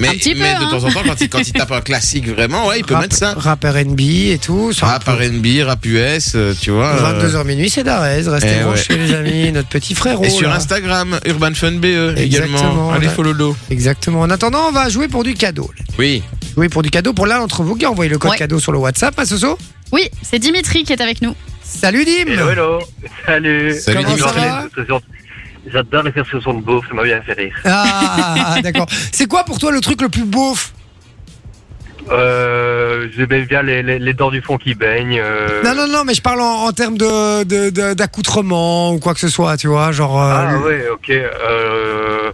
Speaker 2: mais,
Speaker 3: Un petit peu,
Speaker 2: mais de
Speaker 3: hein.
Speaker 2: temps en temps, quand il, quand il tape un classique vraiment, ouais, il peut
Speaker 1: Rap-
Speaker 2: mettre ça.
Speaker 1: Rap RB et tout. ça
Speaker 2: Rap R&B, rap US, euh, tu vois. euh,
Speaker 1: 22h minuit, c'est d'Arès. Restez
Speaker 2: eh
Speaker 1: branchés,
Speaker 2: ouais.
Speaker 1: les amis. Notre petit frère.
Speaker 2: Et sur Instagram, Urban Fun BE également.
Speaker 1: Exactement,
Speaker 2: Allez,
Speaker 1: ouais.
Speaker 2: follow l'eau.
Speaker 1: Exactement. En attendant, on va jouer pour du cadeau.
Speaker 2: Oui.
Speaker 1: Jouer pour du cadeau pour l'un d'entre vous qui a envoyé le code
Speaker 3: Ouais.
Speaker 1: cadeau sur le WhatsApp, hein, Soso
Speaker 3: Oui, c'est Dimitri qui est avec nous.
Speaker 1: Salut Dim
Speaker 6: Hello, hello. Salut.
Speaker 2: Salut,
Speaker 1: Comment Dimitri. ça va
Speaker 6: J'adore les expressions- J'adore les expressions de beauf, ça m'a bien fait rire.
Speaker 1: Ah, d'accord. C'est quoi pour toi le truc le plus beauf
Speaker 6: Euh, J'aime bien les, les, les dents du fond qui baignent. euh.
Speaker 1: Non, non, non, mais je parle en, en termes de, de- de- d'accoutrement ou quoi que ce soit, tu vois, genre. euh,
Speaker 6: Ah
Speaker 1: le-
Speaker 6: ouais, ok. Euh,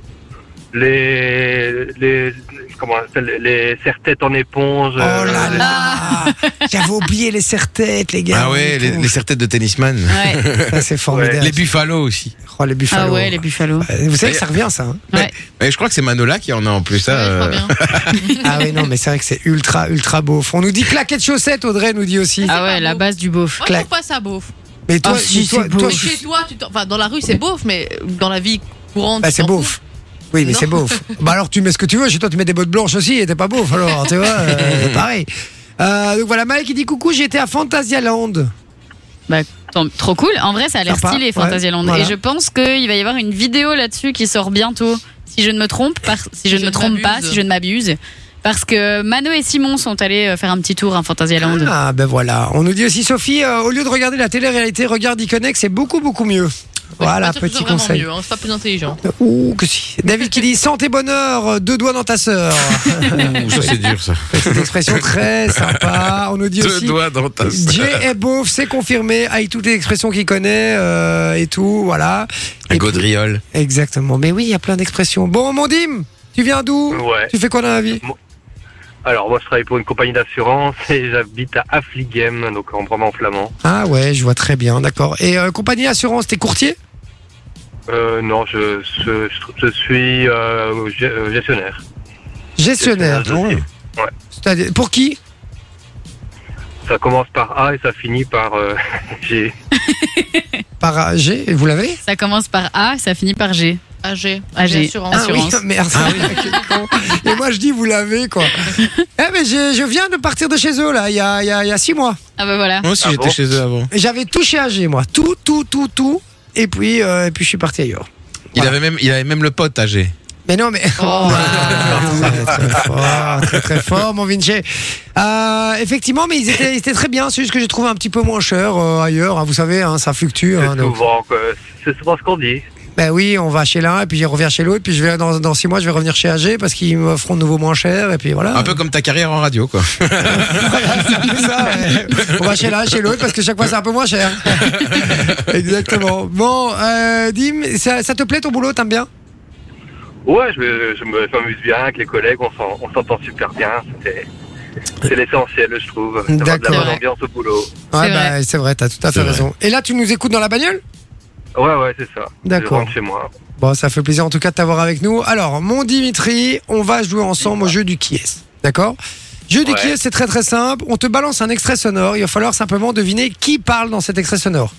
Speaker 6: les, les, comment on appelle, les serre-têtes en éponge.
Speaker 1: Oh
Speaker 6: euh,
Speaker 1: là là J'avais oublié les serre-têtes, les gars.
Speaker 2: Ah ouais,
Speaker 1: et
Speaker 2: les,
Speaker 1: tout.
Speaker 2: les serre-têtes de tennisman.
Speaker 3: Ouais.
Speaker 1: Ça, c'est formidable.
Speaker 2: Les buffalo aussi.
Speaker 1: Oh, les buffalo.
Speaker 3: ah ouais, les buffalo.
Speaker 1: Vous savez que ça revient, ça. hein
Speaker 2: Et je crois que c'est Manola qui en a en plus. ça,
Speaker 4: je
Speaker 2: euh,
Speaker 4: crois bien.
Speaker 1: ah ouais, non, mais c'est vrai que c'est ultra, ultra beauf. On nous dit claquettes chaussettes, Audrey nous dit aussi.
Speaker 3: Ah ouais,
Speaker 4: pas
Speaker 3: la
Speaker 4: beau.
Speaker 3: base du beauf.
Speaker 4: Moi, je
Speaker 1: Clac.
Speaker 4: trouve pas ça beauf.
Speaker 1: mais toi,
Speaker 3: ah si,
Speaker 1: mais toi,
Speaker 3: c'est beau.
Speaker 1: toi,
Speaker 4: Mais
Speaker 1: je-
Speaker 4: chez toi, tu t'en- enfin, dans la rue, c'est beauf, mais dans la vie courante.
Speaker 1: Bah,
Speaker 4: tu
Speaker 1: c'est
Speaker 4: t'en
Speaker 1: beauf. Oui, mais
Speaker 4: Non.
Speaker 1: c'est beauf. Bah alors tu mets ce que tu veux. Chez toi, tu mets des bottes blanches aussi et t'es pas beauf alors, tu vois. euh, pareil. Euh, donc voilà, Mike qui dit coucou, j'étais à Phantasialand.
Speaker 3: Tant- Trop cool. En vrai, ça a l'air
Speaker 1: Sympa,
Speaker 3: stylé,
Speaker 1: ouais,
Speaker 3: Fantasyland.
Speaker 1: voilà.
Speaker 3: Et je pense qu'il va y avoir une vidéo là-dessus qui sort bientôt, si je ne me trompe, par- si je ne
Speaker 4: je
Speaker 3: me
Speaker 4: ne
Speaker 3: trompe pas,
Speaker 4: m'abuse.
Speaker 3: si je ne m'abuse. Parce que Mano et Simon sont allés euh, faire un petit tour à Fantasyland.
Speaker 1: Ah ben voilà. On nous dit aussi Sophie, euh, au lieu de regarder la télé-réalité, regarde Iconex, c'est beaucoup beaucoup mieux.
Speaker 4: fous. Ouais,
Speaker 1: voilà,
Speaker 4: c'est pas sûr que
Speaker 1: petit
Speaker 4: c'est vraiment
Speaker 1: conseil.
Speaker 4: mieux, hein, C'est pas plus intelligent.
Speaker 1: Ouh, que si. David qui dit santé bonheur, euh, deux doigts dans ta sœur.
Speaker 2: euh. ouh, ça, c'est dur, ça.
Speaker 1: Petite expression très sympa. On nous dit
Speaker 2: Deux
Speaker 1: aussi.
Speaker 2: doigts dans ta
Speaker 1: Jay est beauf, c'est confirmé, avec toutes les expressions qu'il connaît euh, et tout, voilà.
Speaker 2: Un
Speaker 1: Et puis-
Speaker 2: gaudriole.
Speaker 1: Exactement. Mais oui, il y a plein d'expressions. Bon, mon Dim, tu viens d'où
Speaker 6: Ouais.
Speaker 1: Tu fais quoi dans la vie
Speaker 6: Alors moi je travaille pour une compagnie d'assurance et j'habite à Affligem, donc en Brabant flamand.
Speaker 1: Ah ouais, je vois très bien, d'accord. Et euh, compagnie assurance, t'es courtier
Speaker 6: Euh, non, je, je, je- je suis euh, ge- euh, gestionnaire.
Speaker 1: Gestionnaire.
Speaker 6: Gestionnaire,
Speaker 1: donc. C'est-à-dire- Pour qui
Speaker 6: Ça commence par A et ça finit par euh, G.
Speaker 1: Par euh, G, vous l'avez
Speaker 3: Ça commence par A, ça finit par G.
Speaker 4: AG.
Speaker 3: AG.
Speaker 4: Assurance.
Speaker 3: Ah, Assurance.
Speaker 1: Ah oui, merde. Quel con. Et moi je dis, vous l'avez quoi. eh mais j'ai- je viens de partir de chez eux là, il y a, il y a- il y a six mois.
Speaker 3: Ah bah voilà.
Speaker 2: Moi aussi,
Speaker 6: Ah
Speaker 2: j'étais
Speaker 6: bon
Speaker 2: chez eux avant.
Speaker 1: Et J'avais tout chez AG moi, tout, tout, tout, tout. Et puis, euh, et puis je suis parti ailleurs.
Speaker 2: Il,
Speaker 1: Voilà.
Speaker 2: avait même, il avait même le pote âgé.
Speaker 1: Mais non, mais.
Speaker 4: Oh.
Speaker 3: ah,
Speaker 1: très fort, très, très fort, mon Vinci. Euh, effectivement, mais ils étaient, ils étaient très bien. C'est juste que j'ai trouvé un petit peu moins cher euh, ailleurs. hein. vous savez, hein, ça fluctue.
Speaker 6: C'est
Speaker 1: Hein, donc.
Speaker 6: souvent, quoi. C'est souvent ce qu'on dit.
Speaker 1: Ben oui, on va chez l'un et puis on revient chez l'autre. Puis je vais dans, dans six mois, je vais revenir chez AG parce qu'ils me feront de nouveau moins cher. Et puis voilà.
Speaker 2: Un peu comme ta carrière en radio, quoi.
Speaker 1: C'est un peu ça, ouais. On va chez l'un, chez l'autre parce que chaque fois c'est un peu moins cher. Exactement. Bon, euh, Dim, ça, ça te plaît ton boulot T'aimes bien
Speaker 6: Ouais, je, me- je me- je m'amuse bien avec les collègues, on s'en- on s'entend super bien. C'est- C'est l'essentiel, je trouve. D'avoir de
Speaker 1: Euh, D'accord.
Speaker 6: la bonne ambiance au boulot.
Speaker 1: Ouais,
Speaker 3: C'est
Speaker 1: bah,
Speaker 3: vrai.
Speaker 1: c'est vrai, t'as tout à fait
Speaker 2: C'est vrai.
Speaker 1: raison. Et là, tu nous écoutes dans la bagnole
Speaker 6: Ouais, ouais, c'est ça.
Speaker 1: D'accord.
Speaker 6: Je rentre chez moi.
Speaker 1: Bon, ça fait plaisir en tout cas de t'avoir avec nous. Alors, mon Dimitri, on va jouer ensemble au jeu du qui est. D'accord Jeu du
Speaker 6: Ouais.
Speaker 1: qui est, c'est très très simple. On te balance un extrait sonore. Il va falloir simplement deviner qui parle dans cet extrait sonore.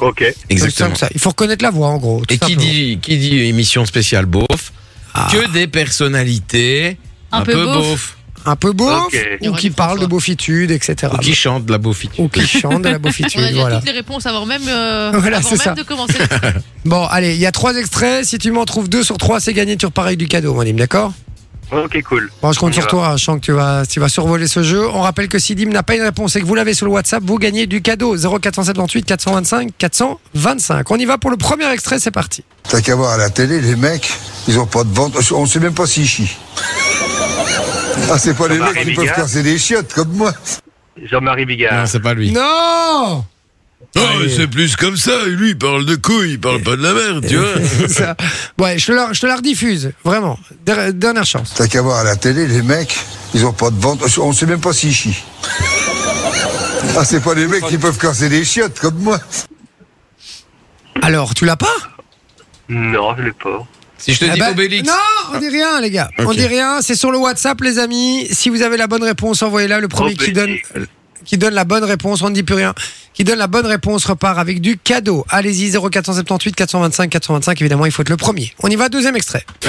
Speaker 6: Ok.
Speaker 2: Exactement.
Speaker 1: C'est simple, ça. Il faut reconnaître la voix en gros. tout
Speaker 2: Et qui
Speaker 1: simplement.
Speaker 2: dit, qui dit émission spéciale beauf
Speaker 1: Ah.
Speaker 2: Que des personnalités
Speaker 3: Un peu beauf.
Speaker 1: un peu beauf
Speaker 6: Ok.
Speaker 4: Il y
Speaker 1: ou
Speaker 4: aurait
Speaker 1: qui
Speaker 4: des
Speaker 1: parle de
Speaker 4: François.
Speaker 1: beaufitude, etc.
Speaker 2: Ou qui chantent de la beaufitude.
Speaker 1: Ou qui chante de la beaufitude.
Speaker 4: On a déjà
Speaker 1: voilà.
Speaker 4: toutes les réponses avant même, euh,
Speaker 1: Voilà,
Speaker 4: avant
Speaker 1: c'est
Speaker 4: même
Speaker 1: ça.
Speaker 4: de commencer. le-
Speaker 1: Bon, allez, il y a trois extraits. Si tu m'en trouves deux sur trois, c'est gagné. Tu repars avec du cadeau, mon Dim, d'accord
Speaker 6: Ok, cool.
Speaker 1: Bon, je
Speaker 6: On
Speaker 1: compte
Speaker 6: y
Speaker 1: sur
Speaker 6: va.
Speaker 1: toi, hein. je sens que tu vas, tu vas survoler ce jeu. On rappelle que si Dim n'a pas une réponse et que vous l'avez sur le WhatsApp, vous gagnez du cadeau 0478 425 425. On y va pour le premier extrait, c'est parti.
Speaker 7: T'as qu'à voir à la télé, les mecs, ils ont pas de ventre. On sait même pas s'ils chient. Ah, c'est pas les
Speaker 6: Bah,
Speaker 7: mecs qui
Speaker 6: Rémi
Speaker 7: peuvent
Speaker 6: Gare.
Speaker 7: casser des chiottes comme moi.
Speaker 6: Jean-Marie Bigard.
Speaker 2: Non, c'est pas lui.
Speaker 1: Non
Speaker 2: Non,
Speaker 1: Allez.
Speaker 2: c'est Ah, plus comme ça. Lui, il parle de couilles, il parle pas de la merde, tu vois.
Speaker 1: Ça- Ouais, je te, la, je te la rediffuse, vraiment. Der- Dernière chance.
Speaker 7: T'as qu'à voir à la télé, les mecs, ils ont pas de ventre. On sait même pas s'ils chient. Ah, c'est pas les mecs qui peuvent casser des chiottes comme moi.
Speaker 1: Alors, tu l'as pas
Speaker 6: Non, je l'ai pas.
Speaker 2: Si je te
Speaker 1: Eh
Speaker 2: dis
Speaker 1: ben,
Speaker 2: Obélix.
Speaker 1: Non, on dit rien, les gars. On
Speaker 2: Ok.
Speaker 1: dit rien. C'est sur le WhatsApp, les amis. Si vous avez la bonne réponse, envoyez-la. Le premier qui donne.
Speaker 6: Obélix.
Speaker 1: Qui donne la bonne réponse, on ne dit plus rien. Qui donne la bonne réponse repart avec du cadeau. Allez-y, 0478 425 425. Évidemment, il faut être le premier. On y va, deuxième extrait.
Speaker 6: Ah,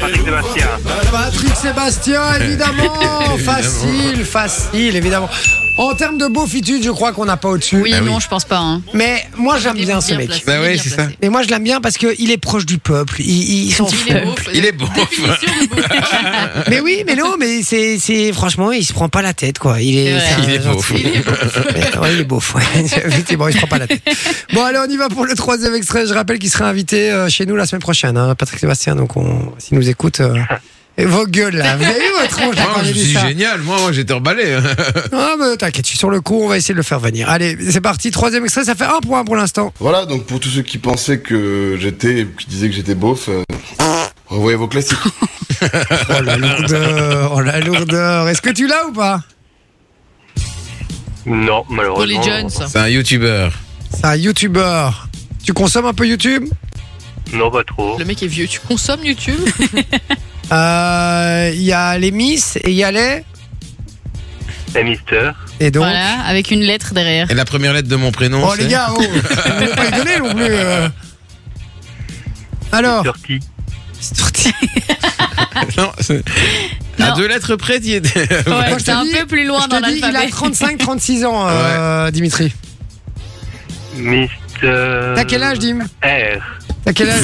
Speaker 6: Patrick Sébastien.
Speaker 1: Patrick Sébastien, évidemment. facile, facile, évidemment. En termes de beaufitude, je crois qu'on n'a pas au-dessus.
Speaker 3: Oui,
Speaker 2: Bah oui.
Speaker 3: non, je pense pas. hein.
Speaker 1: Mais moi, j'aime
Speaker 4: Il est
Speaker 1: bien ce mec.
Speaker 4: placé,
Speaker 2: Bah
Speaker 4: il est
Speaker 2: ouais,
Speaker 4: bien
Speaker 2: c'est
Speaker 4: placé.
Speaker 1: Mais moi, je l'aime bien parce qu'il est proche du peuple. Il, il s'en fout.
Speaker 2: Il
Speaker 4: Il est beau.
Speaker 2: est beau.
Speaker 4: Définition de beau.
Speaker 1: Mais oui, mais non, mais c'est, c'est franchement, il se prend pas la tête, quoi. Il est,
Speaker 4: C'est vrai.
Speaker 1: c'est un
Speaker 2: Il est beau.
Speaker 1: gentil. Mais, ouais, il est beau. ouais. Effectivement, il se prend pas la tête. Bon, allez, on y va pour le troisième extrait. Je rappelle qu'il sera invité euh, chez nous la semaine prochaine, hein, Patrick Sébastien. Donc, on, s'il nous écoute. euh, et vos gueules là, vous avez vu votre tronche là,
Speaker 2: Moi,
Speaker 1: quand
Speaker 2: je
Speaker 1: j'ai
Speaker 2: me
Speaker 1: dit
Speaker 2: suis dit,
Speaker 1: ça
Speaker 2: génial. Moi, moi, j'étais emballé. hein.
Speaker 1: Ah, mais t'inquiète, je suis sur le coup, on va essayer de le faire venir. Allez, c'est parti, troisième extrait, ça fait un point pour l'instant.
Speaker 8: Voilà, donc pour tous ceux qui pensaient que j'étais, qui disaient que j'étais beauf, euh, revoyez vos classiques.
Speaker 1: Oh la lourdeur, oh la lourdeur. Est-ce que tu l'as ou pas
Speaker 6: Non,
Speaker 2: Oh
Speaker 4: Pour les
Speaker 6: malheureusement.
Speaker 4: jeunes.
Speaker 2: C'est un youtubeur.
Speaker 1: C'est un YouTuber. Tu consommes un peu YouTube
Speaker 6: Non, pas trop.
Speaker 4: Le mec est vieux. Tu consommes YouTube
Speaker 1: Euh, Il y a les Miss et il y a les.
Speaker 6: Et Mister.
Speaker 1: Et donc.
Speaker 3: Voilà, avec une lettre derrière.
Speaker 2: Et la première lettre de mon prénom.
Speaker 1: Oh
Speaker 2: c'est-
Speaker 1: les gars, oh, vous m'avez pas étonné non plus. euh. Alors,
Speaker 6: Turti.
Speaker 2: Non, c'est- À
Speaker 3: Non.
Speaker 2: deux lettres près, tu y étais.
Speaker 1: Moi,
Speaker 3: Ouais,
Speaker 1: je
Speaker 3: c'est
Speaker 1: te
Speaker 3: un
Speaker 1: dis-
Speaker 3: peu plus loin
Speaker 1: je
Speaker 3: dans
Speaker 1: te dis, il a
Speaker 3: l'alphabet.
Speaker 1: 35-36 ans, euh, Dimitri.
Speaker 6: Mister.
Speaker 1: T'as quel âge, Dim
Speaker 6: R.
Speaker 1: T'as quel âge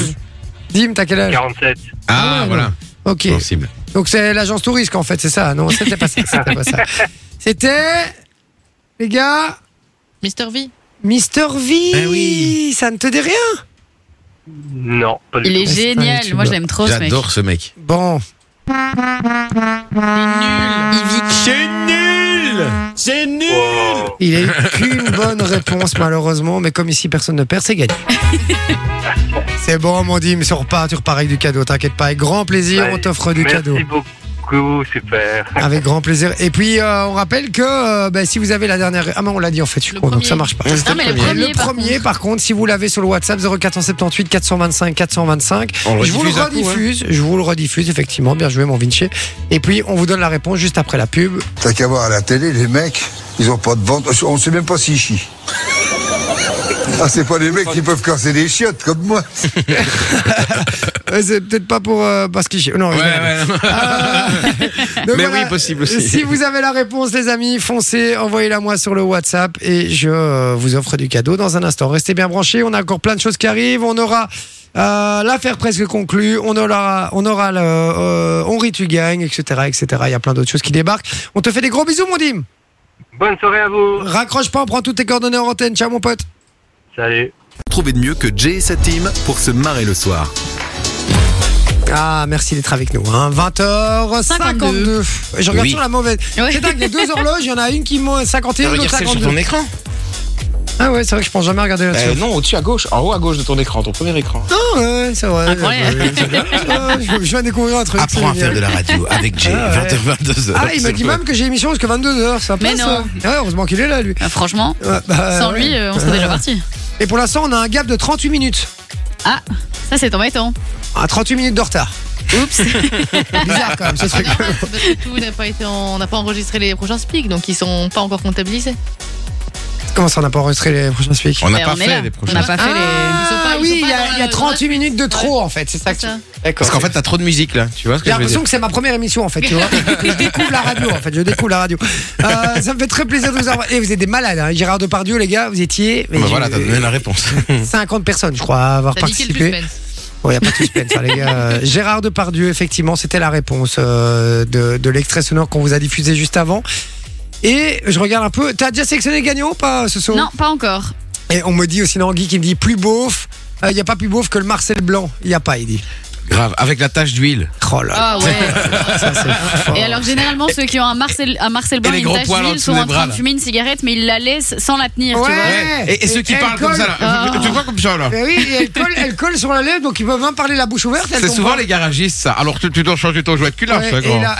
Speaker 1: Dim, t'as quel âge
Speaker 6: 47.
Speaker 1: Ah,
Speaker 2: Ah,
Speaker 1: ouais,
Speaker 2: voilà.
Speaker 1: Ok.
Speaker 2: Sensible.
Speaker 1: Donc c'est l'agence touristique en fait, c'est ça Non, c'était pas ça. C'était pas ça. C'était les gars,
Speaker 4: Mister V.
Speaker 1: Mister V.
Speaker 2: Eh oui.
Speaker 1: Ça ne te dit rien
Speaker 6: Non, pas du
Speaker 3: Il est
Speaker 1: C'est un
Speaker 3: génial.
Speaker 1: youtubeur.
Speaker 3: Moi, je l'aime trop, ce mec.
Speaker 2: J'adore ce mec.
Speaker 1: Bon,
Speaker 2: C'est nul C'est nul
Speaker 6: tout. Wow.
Speaker 1: il a eu qu'une bonne réponse malheureusement, mais comme ici personne ne perd, c'est gagné. C'est bon, mon Dim, on repart, tu repars avec du cadeau, t'inquiète pas, avec grand plaisir,
Speaker 6: Ouais.
Speaker 1: on t'offre du
Speaker 6: Merci
Speaker 1: cadeau.
Speaker 6: beaucoup, super.
Speaker 1: Avec grand plaisir. Et puis, euh, on rappelle que euh, bah, si vous avez la dernière... Ah, mais on l'a dit en fait, je suis
Speaker 4: Le
Speaker 1: con, donc
Speaker 4: premier.
Speaker 1: ça marche pas.
Speaker 3: Non, mais le
Speaker 1: Et
Speaker 3: premier,
Speaker 1: le
Speaker 3: par
Speaker 1: premier, par, contre. si vous l'avez sur le WhatsApp 0478 425 425,
Speaker 2: On le
Speaker 1: je vous le
Speaker 2: rediffuse un coup, hein.
Speaker 1: rediffuse, je vous le rediffuse effectivement. Bien joué, mon Vinci. Et puis on vous donne la réponse juste après la pub.
Speaker 7: T'as qu'à voir à la télé, les mecs, ils ont pas de ventre. On sait même pas s'ils chient. Ah, c'est pas les mecs qui peuvent casser des chiottes comme moi.
Speaker 1: Euh, c'est peut-être pas pour euh, parce qu'il non. je
Speaker 2: Ouais,
Speaker 1: vais-
Speaker 2: ouais.
Speaker 1: Ah, donc
Speaker 2: Mais
Speaker 1: voilà.
Speaker 2: oui, possible aussi.
Speaker 1: Si vous avez la réponse, les amis, foncez, envoyez-la moi sur le WhatsApp et je euh, vous offre du cadeau dans un instant. Restez bien branchés, on a encore plein de choses qui arrivent. On aura euh, l'affaire presque conclue, on aura, on aura le, euh, on rit, tu gagnes, etc., etc. Il y a plein d'autres choses qui débarquent. On te fait des gros bisous, mon dim.
Speaker 6: Bonne soirée à vous.
Speaker 1: Raccroche pas, on prend toutes tes coordonnées en antenne. Ciao, mon pote.
Speaker 6: Salut.
Speaker 9: Trouvez de mieux que Jay et sa team pour se marrer le soir.
Speaker 1: Ah, merci d'être avec nous. Hein. 20h52. Je regarde
Speaker 2: Oui.
Speaker 1: sur la mauvaise.
Speaker 3: Ouais.
Speaker 1: C'est dingue, il y a deux horloges, il y en a une qui monte 51 l'autre
Speaker 2: Regarde celle sur
Speaker 1: 52.
Speaker 2: ton écran.
Speaker 1: Ah ouais, c'est vrai que je pense jamais regarder là-dessus.
Speaker 2: Euh, non, au-dessus à gauche, en haut à gauche de ton écran, ton premier écran.
Speaker 1: Ah ouais, c'est vrai.
Speaker 3: Incroyable.
Speaker 1: Euh, je- je viens de découvrir un truc.
Speaker 2: Apprends à
Speaker 1: c'est
Speaker 2: faire de
Speaker 1: génial.
Speaker 2: la radio avec Jay,
Speaker 1: Ah ouais.
Speaker 2: 20h22h.
Speaker 1: Ah, il me dit même que j'ai émission jusqu'à 22h, ça
Speaker 3: Mais
Speaker 1: passe,
Speaker 3: non.
Speaker 1: ça. Ouais, heureusement qu'il est là, lui.
Speaker 3: Ah, Franchement,
Speaker 1: Ouais, bah,
Speaker 3: sans
Speaker 1: ouais.
Speaker 3: lui, euh, on serait déjà parti.
Speaker 1: Et pour l'instant, on a un gap de 38 minutes.
Speaker 3: Ah, ça, c'est embêtant.
Speaker 1: Ah, 38 minutes de retard.
Speaker 3: Oups.
Speaker 1: Bizarre quand même, ce
Speaker 4: C'est
Speaker 1: truc.
Speaker 4: normal, c'est parce que tout n'a pas été en- On n'a pas enregistré les prochains speaks, donc ils sont pas encore comptabilisés.
Speaker 1: Comment ça, on n'a pas enregistré les prochains speaks
Speaker 2: On n'a
Speaker 3: Mais
Speaker 2: pas
Speaker 3: on est
Speaker 2: fait
Speaker 3: là.
Speaker 2: les
Speaker 3: On
Speaker 2: prochains.
Speaker 3: n'a pas fait les.
Speaker 4: sont pas-
Speaker 1: Ah
Speaker 4: ils
Speaker 1: oui,
Speaker 4: sont
Speaker 1: il y
Speaker 4: pas
Speaker 1: a,
Speaker 4: dans
Speaker 1: il y a
Speaker 4: la-
Speaker 1: 38 minutes de trop en fait, c'est ça que
Speaker 4: C'est
Speaker 1: tu-
Speaker 4: ça.
Speaker 1: D'accord.
Speaker 2: Parce qu'en fait, t'as trop de musique là. Tu vois ce que
Speaker 1: J'ai
Speaker 2: je veux dire
Speaker 1: l'impression que c'est ma première émission en fait, tu vois. je découvre la radio en fait, je découvre la radio. Euh, ça me fait très plaisir de vous avoir. Et vous êtes des malades, hein. Gérard Depardieu, les gars, vous étiez. mais
Speaker 2: Bah
Speaker 1: je-
Speaker 2: voilà, t'as donné la réponse.
Speaker 1: 50 personnes, je crois, à avoir
Speaker 4: T'as niqué le Ben.
Speaker 1: participé.
Speaker 4: plus Spence.
Speaker 1: Bon, y a pas de suspense, hein, les gars. Euh, Gérard Depardieu, effectivement, c'était la réponse euh, de, de l'extrait sonore qu'on vous a diffusé juste avant. Et je regarde un peu. T'as déjà sélectionné les gagnants ou pas, ce
Speaker 3: Non, pas encore.
Speaker 1: Et on me dit aussi Nangui qui me dit plus beauf. Il n'y a pas plus beauf que le Marcel Blanc. Il n'y a pas, il dit.
Speaker 2: Grave, avec la tache d'huile.
Speaker 1: Oh là là,
Speaker 3: Ah ouais.
Speaker 1: ça, c'est fort.
Speaker 3: Et alors généralement ceux qui ont un Marcel, un Marcel Blanc,
Speaker 2: les
Speaker 3: une
Speaker 2: gros
Speaker 3: tache
Speaker 2: poils en
Speaker 3: d'huile
Speaker 2: dessous
Speaker 3: sont
Speaker 2: des
Speaker 3: en
Speaker 2: bras,
Speaker 3: train de
Speaker 2: là.
Speaker 3: fumer une cigarette, mais ils la laissent sans la tenir. Tu
Speaker 1: Ouais.
Speaker 3: vois.
Speaker 2: Et, et ceux qui
Speaker 1: Et
Speaker 2: parlent
Speaker 1: elle
Speaker 2: comme ça
Speaker 1: colle.
Speaker 2: là.
Speaker 3: Ah.
Speaker 2: Tu vois comme ça là.
Speaker 1: Mais Eh oui, et elle colle, elle colle sur la lèvre, donc ils peuvent même parler la bouche ouverte. elle
Speaker 2: C'est
Speaker 1: tombe
Speaker 2: souvent
Speaker 1: pas.
Speaker 2: les garagistes ça. Alors tu, tu dois changer ton jouet de cul là,
Speaker 1: Ouais,
Speaker 2: ça,
Speaker 1: et,
Speaker 2: grand.
Speaker 1: la...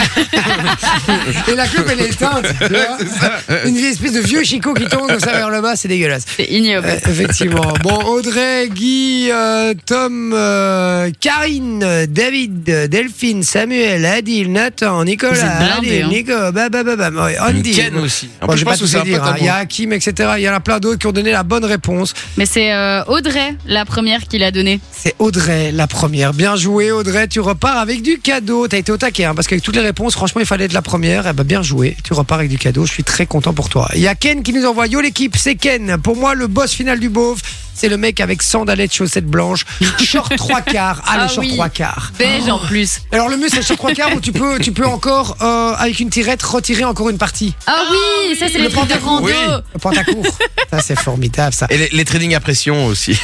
Speaker 1: et la coupe, elle est éteinte. tu vois. Une vieille espèce de vieux chicot qui tombe comme ça vers le bas, c'est dégueulasse.
Speaker 3: C'est ignoble.
Speaker 1: Euh, effectivement. Bon, Audrey, Guy, euh, Tom, euh, Karine, Kevin, euh, David, euh, Delphine, Samuel, Adil, Nathan,
Speaker 3: Vous
Speaker 1: Nicolas,
Speaker 3: êtes
Speaker 1: Adil,
Speaker 3: blindés, hein.
Speaker 1: Nico, bah, bah, bah, bah, ouais, Andy.
Speaker 2: Ken aussi. En
Speaker 1: Bon,
Speaker 2: plus,
Speaker 1: j'ai
Speaker 2: je
Speaker 1: pas
Speaker 2: pense que
Speaker 1: tous
Speaker 2: c'est
Speaker 1: les
Speaker 2: un pote
Speaker 1: dire. hein.
Speaker 2: à
Speaker 1: Il y a
Speaker 2: moi.
Speaker 1: Hakim, etc. Il y en a plein d'autres qui ont donné la bonne réponse.
Speaker 3: Mais c'est euh, Audrey, la première qui l'a donné.
Speaker 1: C'est Audrey, la première. Bien joué, Audrey. Tu repars avec du cadeau. T'as été au taquet, hein, parce qu'avec toutes les réponses, franchement, il fallait être la première. Eh ben, bien joué. Tu repars avec du cadeau. Je suis très content pour toi. Il y a Ken qui nous envoie. Yo, l'équipe, c'est Ken. Pour moi, le boss final du Beauf, c'est le mec avec sandalettes, chaussettes blanches, short trois quarts. Ah, le
Speaker 3: Ah
Speaker 1: short
Speaker 3: oui.
Speaker 1: trois quarts.
Speaker 3: Beige en plus.
Speaker 1: Alors, le mieux, c'est le short trois quarts où tu peux, tu peux encore, euh, avec une tirette, retirer encore une partie.
Speaker 3: Ah oui, ça c'est
Speaker 1: Le
Speaker 3: les trucs de
Speaker 1: pantalon.
Speaker 3: rando.
Speaker 2: Oui.
Speaker 1: Le pantacourt. ça, c'est formidable, ça.
Speaker 2: Et les, les trading à pression aussi.